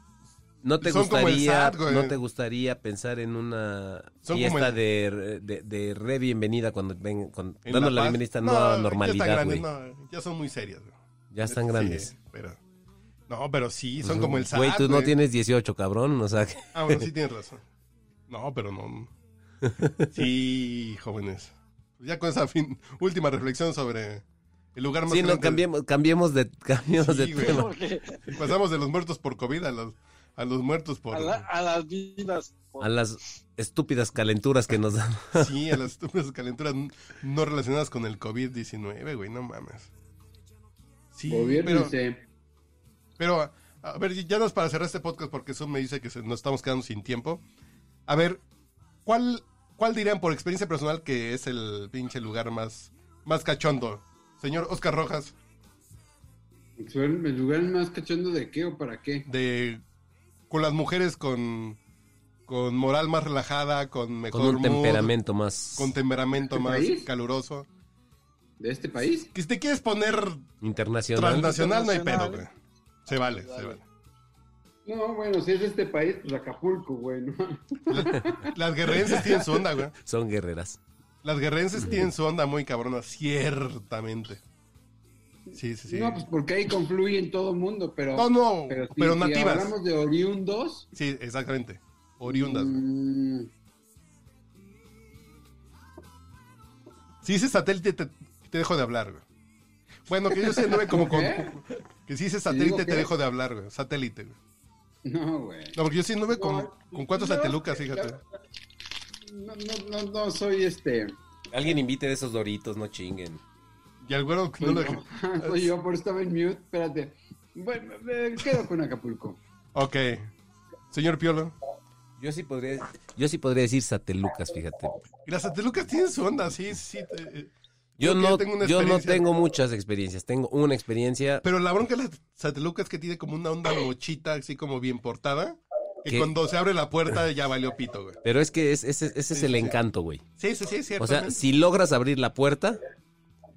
Speaker 5: ¿No te,
Speaker 4: Son como el
Speaker 5: gustaría,
Speaker 4: SAT, güey.
Speaker 5: ¿No te gustaría pensar en una
Speaker 4: Son como
Speaker 5: fiesta
Speaker 4: el-
Speaker 5: de, de, de re bienvenida cuando ven, con-
Speaker 4: en
Speaker 5: dándole
Speaker 4: La
Speaker 5: la
Speaker 4: Paz.
Speaker 5: bienvenida a esta nueva
Speaker 4: ya están
Speaker 5: normalidad,
Speaker 4: grandes,
Speaker 5: güey?
Speaker 4: no, ya son muy serias, güey.
Speaker 5: Ya están
Speaker 4: Sí,
Speaker 5: grandes.
Speaker 4: pero... No, pero sí, son
Speaker 5: Pues,
Speaker 4: como el SAT,
Speaker 5: Güey, tú no
Speaker 4: güey.
Speaker 5: tienes 18, cabrón. O sea, que-
Speaker 4: Ah, bueno, sí tienes razón. No, pero no. Sí, jóvenes. Ya con esa fin- última reflexión sobre el lugar más
Speaker 5: sí, no,
Speaker 4: grande-
Speaker 5: cambiemos, cambiemos de, cambiemos
Speaker 4: Sí,
Speaker 5: de
Speaker 4: güey.
Speaker 5: tema.
Speaker 2: Porque
Speaker 4: Pasamos de los muertos por COVID a los, a los muertos por...
Speaker 2: a, la- a las vidas. por-
Speaker 5: A las estúpidas calenturas que nos dan.
Speaker 4: Sí, a las estúpidas calenturas no relacionadas con el COVID-19, güey, no mames. Sí, pero,
Speaker 3: Gobiérnense.
Speaker 4: pero, a ver, ya nos para cerrar este podcast porque Zoom me dice que se- nos estamos quedando sin tiempo. A ver, ¿cuál, ¿cuál dirían por experiencia personal que es el pinche lugar más, más cachondo? Señor Oscar Rojas.
Speaker 3: ¿El lugar más cachondo de qué o para qué?
Speaker 4: de con las mujeres con con moral más relajada, con mejor
Speaker 5: Con un
Speaker 4: mood,
Speaker 5: temperamento más
Speaker 4: con temperamento
Speaker 3: ¿Este
Speaker 4: más
Speaker 3: país?
Speaker 4: caluroso.
Speaker 3: ¿De este país?
Speaker 4: Que si te quieres poner
Speaker 5: internacional.
Speaker 4: transnacional, no hay pedo,
Speaker 2: Internacional.
Speaker 4: güey. Se vale,
Speaker 2: Vale.
Speaker 4: se vale.
Speaker 3: No, bueno, si es de este país, pues Acapulco, güey. ¿no?
Speaker 4: Las guerrenses tienen su onda, güey.
Speaker 5: Son guerreras.
Speaker 4: Las guerrenses tienen su onda muy cabrona, ciertamente. Sí, sí, sí.
Speaker 3: No, pues porque ahí confluyen todo el mundo, pero.
Speaker 4: No, no,
Speaker 3: pero, si-
Speaker 4: pero
Speaker 3: si
Speaker 4: nativas.
Speaker 3: hablamos de oriundos.
Speaker 4: Sí, exactamente. Oriundas. güey.
Speaker 3: mm,
Speaker 4: Si dices satélite, te, te dejo de hablar, güey. Bueno, que yo sí anduve como con...
Speaker 3: ¿Qué?
Speaker 4: Que si
Speaker 3: digo
Speaker 4: dices satélite, te
Speaker 3: que-
Speaker 4: dejo de hablar, güey. Satélite, güey.
Speaker 3: no, güey.
Speaker 4: No, porque yo sí anduve con,
Speaker 3: No,
Speaker 4: con cuatro
Speaker 3: no,
Speaker 4: satelucas, fíjate.
Speaker 3: claro. No, no, no, no soy este.
Speaker 5: Alguien invite de esos doritos, no chinguen.
Speaker 4: Y al güero no
Speaker 3: soy
Speaker 4: lo
Speaker 3: yo.
Speaker 4: dejé.
Speaker 3: Soy yo, por eso estaba en mute. Espérate. Bueno, me quedo con Acapulco.
Speaker 4: Ok. Señor Piolo.
Speaker 5: Yo sí podría, yo sí podría decir satelucas, fíjate.
Speaker 4: Y las satelucas tienen su onda, sí, sí. te- eh,
Speaker 5: Yo
Speaker 4: que
Speaker 5: no,
Speaker 4: tengo una
Speaker 5: yo no
Speaker 4: experiencia.
Speaker 5: tengo muchas experiencias. Tengo una experiencia.
Speaker 4: Pero la bronca de las satelucas es que tiene como una onda mochita, así como bien portada. Que
Speaker 5: ¿Qué?
Speaker 4: cuando se abre la puerta ya valió pito, güey.
Speaker 5: Pero es que es- ese, ese es el encanto, güey.
Speaker 4: Sí, sí, sí, cierto.
Speaker 5: O sea, si logras abrir la puerta,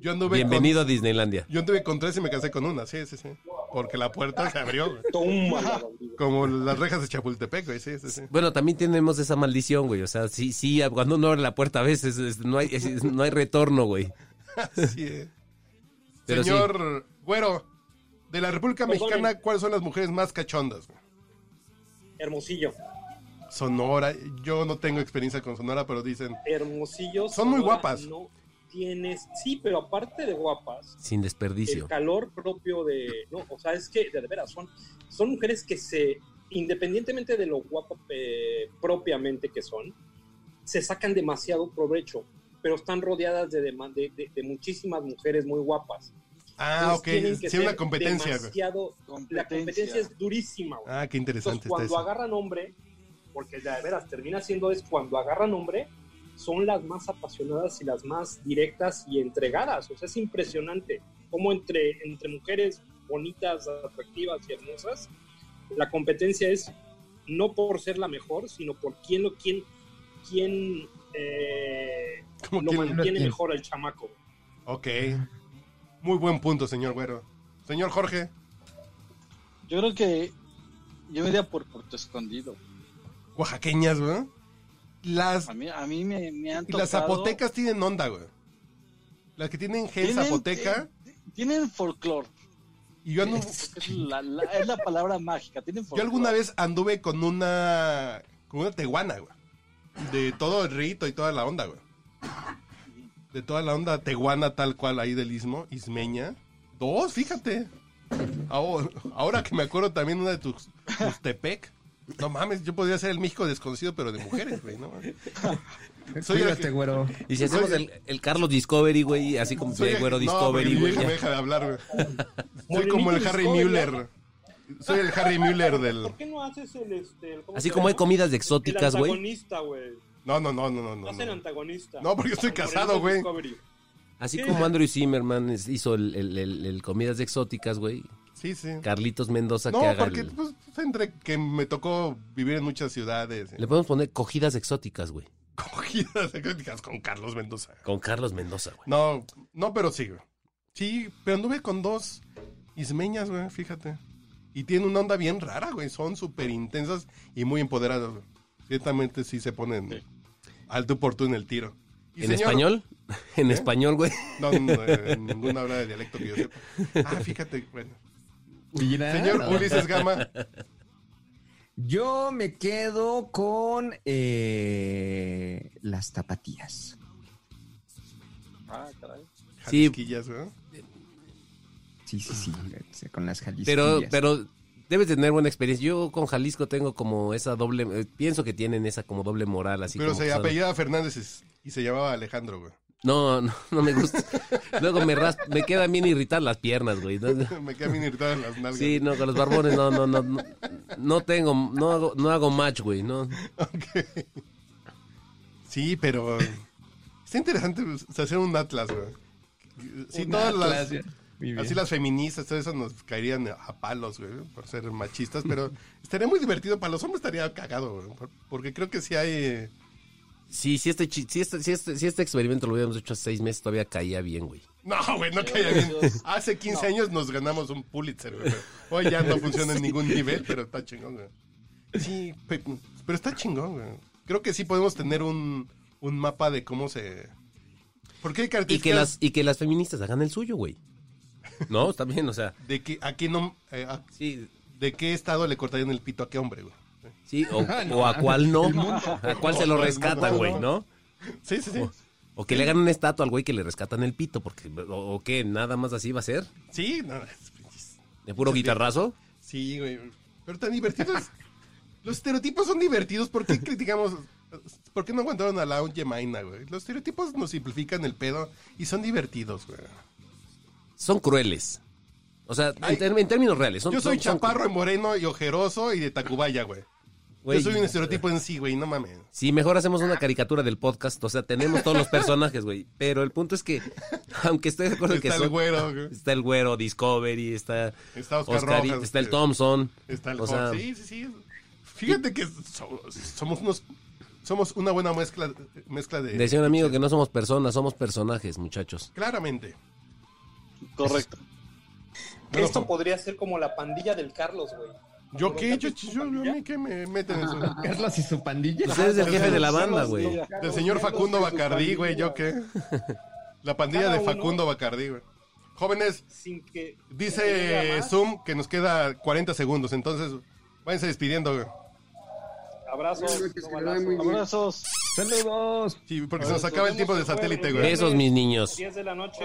Speaker 4: yo anduve
Speaker 5: bienvenido a Disneylandia.
Speaker 4: Con, yo anduve con tres y me casé con una, sí, sí, sí. Porque la puerta se abrió, güey.
Speaker 2: Tómala.
Speaker 4: Como las rejas de Chapultepec, güey, sí, sí, sí.
Speaker 5: Bueno, también tenemos esa maldición, güey. O sea, sí, sí, cuando uno abre la puerta a veces es- no, hay, es- no hay retorno, güey.
Speaker 4: Así es.
Speaker 5: Pero sí.
Speaker 4: eh. Señor Güero, de la República Mexicana, ¿cuáles son las mujeres más cachondas, güey?
Speaker 6: Hermosillo.
Speaker 4: Sonora, yo no tengo experiencia con Sonora, pero dicen,
Speaker 6: Hermosillo.
Speaker 4: Son muy
Speaker 6: Sonora,
Speaker 4: guapas.
Speaker 6: No tienes. Sí, pero aparte de guapas,
Speaker 5: Sin desperdicio.
Speaker 6: el calor propio de. No, o sea, es que de veras son, son mujeres que se. Independientemente de lo guapas propiamente que son, se sacan demasiado provecho, pero están rodeadas de, dema- de- de- de muchísimas mujeres muy guapas.
Speaker 4: ah,
Speaker 6: Entonces,
Speaker 4: ok,
Speaker 6: Pues tienen que
Speaker 4: sí, una
Speaker 6: ser
Speaker 4: competencia, güey.
Speaker 6: demasiado- la competencia es durísima, güey.
Speaker 4: Ah, qué
Speaker 6: Entonces,
Speaker 4: interesante está
Speaker 6: Pues cuando
Speaker 4: eso.
Speaker 6: agarran hombre, porque de veras termina siendo es cuando agarran hombre, son las más apasionadas y las más directas y entregadas. O sea, es impresionante cómo entre, entre mujeres bonitas, atractivas y hermosas, la competencia es no por ser la mejor, sino por quién lo, quién, quién, eh,
Speaker 4: Como
Speaker 6: lo
Speaker 4: que-
Speaker 6: mantiene
Speaker 7: quién?
Speaker 6: mejor al chamaco.
Speaker 4: Ok, muy buen punto, señor Güero. Señor Jorge,
Speaker 2: Yo creo que yo me iría por Puerto Escondido.
Speaker 4: oaxaqueñas, güey. Las,
Speaker 2: A mí, a mí me, me han tocado...
Speaker 4: las zapotecas tienen onda, güey. Las que tienen gel
Speaker 2: Tienen,
Speaker 4: zapoteca.
Speaker 2: eh, tienen folclore.
Speaker 4: y yo, anu-
Speaker 2: Es, es la, la- es la palabra mágica. Tienen
Speaker 4: yo
Speaker 2: folclore.
Speaker 4: alguna vez anduve con una. con una tehuana, güey. De todo el rito y toda la onda, güey. De toda la onda tehuana tal cual ahí del istmo, ismeña. Dos, fíjate. Ahora, ahora que me acuerdo también una de tus Tepec. No mames, yo podría ser el México desconocido, pero de mujeres, güey. No mames. Soy el
Speaker 7: Cuídate,
Speaker 4: que-
Speaker 7: güero.
Speaker 5: Y si hacemos el, el Carlos Discovery, güey, así como
Speaker 4: Soy
Speaker 5: el güero
Speaker 4: no,
Speaker 5: Discovery,
Speaker 4: güey,
Speaker 5: güey.
Speaker 4: deja-
Speaker 5: ya.
Speaker 4: me deja de hablar, güey. Soy como el Harry Mueller. Soy el Harry Mueller del.
Speaker 6: ¿Por qué no haces el... Este, el- ¿cómo
Speaker 5: Así
Speaker 6: se
Speaker 5: como hay
Speaker 6: llama?
Speaker 5: comidas de exóticas,
Speaker 6: El
Speaker 5: güey.
Speaker 6: antagonista, güey.
Speaker 4: No, no, no, no, no,
Speaker 6: Haz el
Speaker 4: no.
Speaker 6: antagonista.
Speaker 4: No, porque estoy
Speaker 6: El
Speaker 4: casado,
Speaker 6: Moreno
Speaker 4: güey.
Speaker 6: Discovery.
Speaker 5: Así
Speaker 6: Sí.
Speaker 5: como Andrew Zimmerman es- hizo el, el- el- el comidas de exóticas, güey.
Speaker 4: Sí, sí.
Speaker 5: Carlitos Mendoza que
Speaker 4: No,
Speaker 5: haga
Speaker 4: porque
Speaker 5: el-
Speaker 4: pues, entre que me tocó vivir en muchas ciudades. eh,
Speaker 5: Le podemos poner cogidas exóticas, güey.
Speaker 4: Cogidas secretas con Carlos Mendoza.
Speaker 5: Con Carlos Mendoza, güey.
Speaker 4: No, no, pero sí, güey. Sí, pero anduve con dos ismeñas, güey, fíjate. Y tienen una onda bien rara, güey. Son súper intensas y muy empoderadas, güey. Ciertamente sí se ponen alto por tú en el tiro. Y
Speaker 5: ¿En
Speaker 4: señor-
Speaker 5: español? En
Speaker 4: ¿Eh?
Speaker 5: español, güey.
Speaker 4: No, no, no, eh, ninguna habla de dialecto que yo sepa. Ah, fíjate, bueno.
Speaker 5: Ah,
Speaker 7: Mira.
Speaker 4: Señor Ulises Gama,
Speaker 7: Yo me quedo con eh, las tapatías.
Speaker 2: Ah, caray.
Speaker 5: Sí.
Speaker 4: Jalisquillas, ¿verdad?
Speaker 7: Sí, sí, sí. sí, Con las jalisquillas.
Speaker 5: Ah. Pero, pero debes tener buena experiencia. Yo con Jalisco tengo como esa doble... eh, pienso que tienen esa como doble moral, así
Speaker 4: Pero
Speaker 5: como
Speaker 4: se
Speaker 5: que son-
Speaker 4: apellidaba Fernández es- y se llamaba Alejandro, güey.
Speaker 5: No, no, no me gusta. Luego me ras- me quedan bien irritadas las piernas, güey. No, no.
Speaker 4: Me quedan bien irritadas las nalgas.
Speaker 5: Sí, no, con los barbones, no, no, no, no, no tengo, no hago, no hago match, güey, no.
Speaker 4: Ok. Sí, pero está interesante pues, hacer un atlas, güey. Sí,
Speaker 7: Un
Speaker 4: todas
Speaker 7: atlas,
Speaker 4: las,
Speaker 7: ya. Muy bien.
Speaker 4: así las feministas, todo eso nos caerían a palos, güey, por ser machistas, pero estaría muy divertido para los hombres, estaría cagado, güey, por- porque creo que sí hay... eh,
Speaker 5: Sí, sí este, chi- sí este, sí este, sí este experimento lo hubiéramos hecho hace seis meses, todavía caía bien, güey.
Speaker 4: No, güey, no caía bien. Hace 15 años nos ganamos un Pulitzer, güey. pero Hoy ya no funciona en ningún nivel, pero está chingón, güey. Sí, pe- pero está chingón, güey. Creo que sí podemos tener un, un mapa de cómo se... ¿Por qué hay
Speaker 5: Y que
Speaker 4: características
Speaker 5: las, y que las feministas hagan el suyo, güey. No, está bien, o sea,
Speaker 4: de que a qué no... eh, a-
Speaker 5: sí,
Speaker 4: ¿De qué estado le cortarían el pito a qué hombre, güey?
Speaker 5: sí, o, o a cuál no, a cuál se lo rescatan, güey, ¿no?
Speaker 4: Sí, sí, sí.
Speaker 5: Oh. O que le hagan una estatua al güey que le rescatan el pito, porque, o, o qué, nada más así va a ser,
Speaker 4: Sí, no, es-
Speaker 5: de puro guitarrazo.
Speaker 4: sí, güey. Pero tan divertidos. Los estereotipos son divertidos. ¿Por qué criticamos? ¿Por qué no aguantaron a la Gemaina, güey? Los estereotipos nos simplifican el pedo y son divertidos, güey.
Speaker 5: Son crueles. O sea, en,
Speaker 4: Ay.
Speaker 5: ter- en términos reales. Son,
Speaker 4: Yo soy
Speaker 5: son- son-
Speaker 4: chaparro, y moreno y ojeroso y de Tacubaya, güey.
Speaker 5: güey,
Speaker 4: Yo soy un este- estereotipo en sí, güey, no mames.
Speaker 5: Sí, mejor hacemos una caricatura del podcast. O sea, tenemos todos los personajes, güey. Pero el punto es que, aunque estoy de acuerdo en que
Speaker 4: Está el
Speaker 5: son-
Speaker 4: güero, güey.
Speaker 5: está el güero, Discovery, está
Speaker 4: Está Oscar
Speaker 5: Oscari-
Speaker 4: Rojas,
Speaker 5: está el
Speaker 4: que-
Speaker 5: Thompson.
Speaker 4: Está el
Speaker 5: o sea,
Speaker 4: Hulk. Sí, sí, sí. Fíjate que so- somos unos... Somos una buena mezcla, mezcla de...
Speaker 5: decía un amigo que no somos personas, somos personajes, muchachos.
Speaker 4: Claramente.
Speaker 2: Correcto.
Speaker 4: Pero-
Speaker 10: Esto podría ser como la pandilla del Carlos, güey.
Speaker 4: ¿Yo qué? Yo, yo, yo- a mí qué me meten eso.
Speaker 7: Carlos y su pandilla.
Speaker 5: Usted es el jefe de la banda, güey.
Speaker 4: Del señor Facundo Bacardí, güey, ¿yo qué? La pandilla
Speaker 6: Cada
Speaker 4: de
Speaker 6: uno.
Speaker 4: Facundo Bacardí, güey. Jóvenes,
Speaker 6: Sin que...
Speaker 4: dice Zoom que nos queda 40 segundos, entonces váyanse despidiendo, güey.
Speaker 6: Abrazos.
Speaker 3: Creo que
Speaker 6: no
Speaker 3: se le da
Speaker 6: balazos.
Speaker 3: muy bien.
Speaker 2: Abrazos.
Speaker 7: Saludos.
Speaker 4: Sí, porque se nos acaba el tiempo de satélite, güey.
Speaker 5: Besos, mis niños.
Speaker 6: 10 de la noche.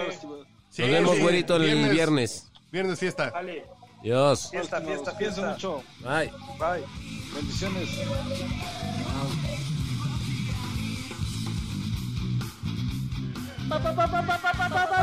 Speaker 4: Sí,
Speaker 5: Nos vemos,
Speaker 4: sí.
Speaker 5: güerito, el viernes.
Speaker 4: Viernes fiesta.
Speaker 6: Dale.
Speaker 5: Dios.
Speaker 6: Fiesta, fiesta,
Speaker 2: Cuídense
Speaker 6: fiesta.
Speaker 2: mucho.
Speaker 5: Bye.
Speaker 2: Bye. Bendiciones.
Speaker 11: pa, pa, pa, pa, pa, pa, pa, pa.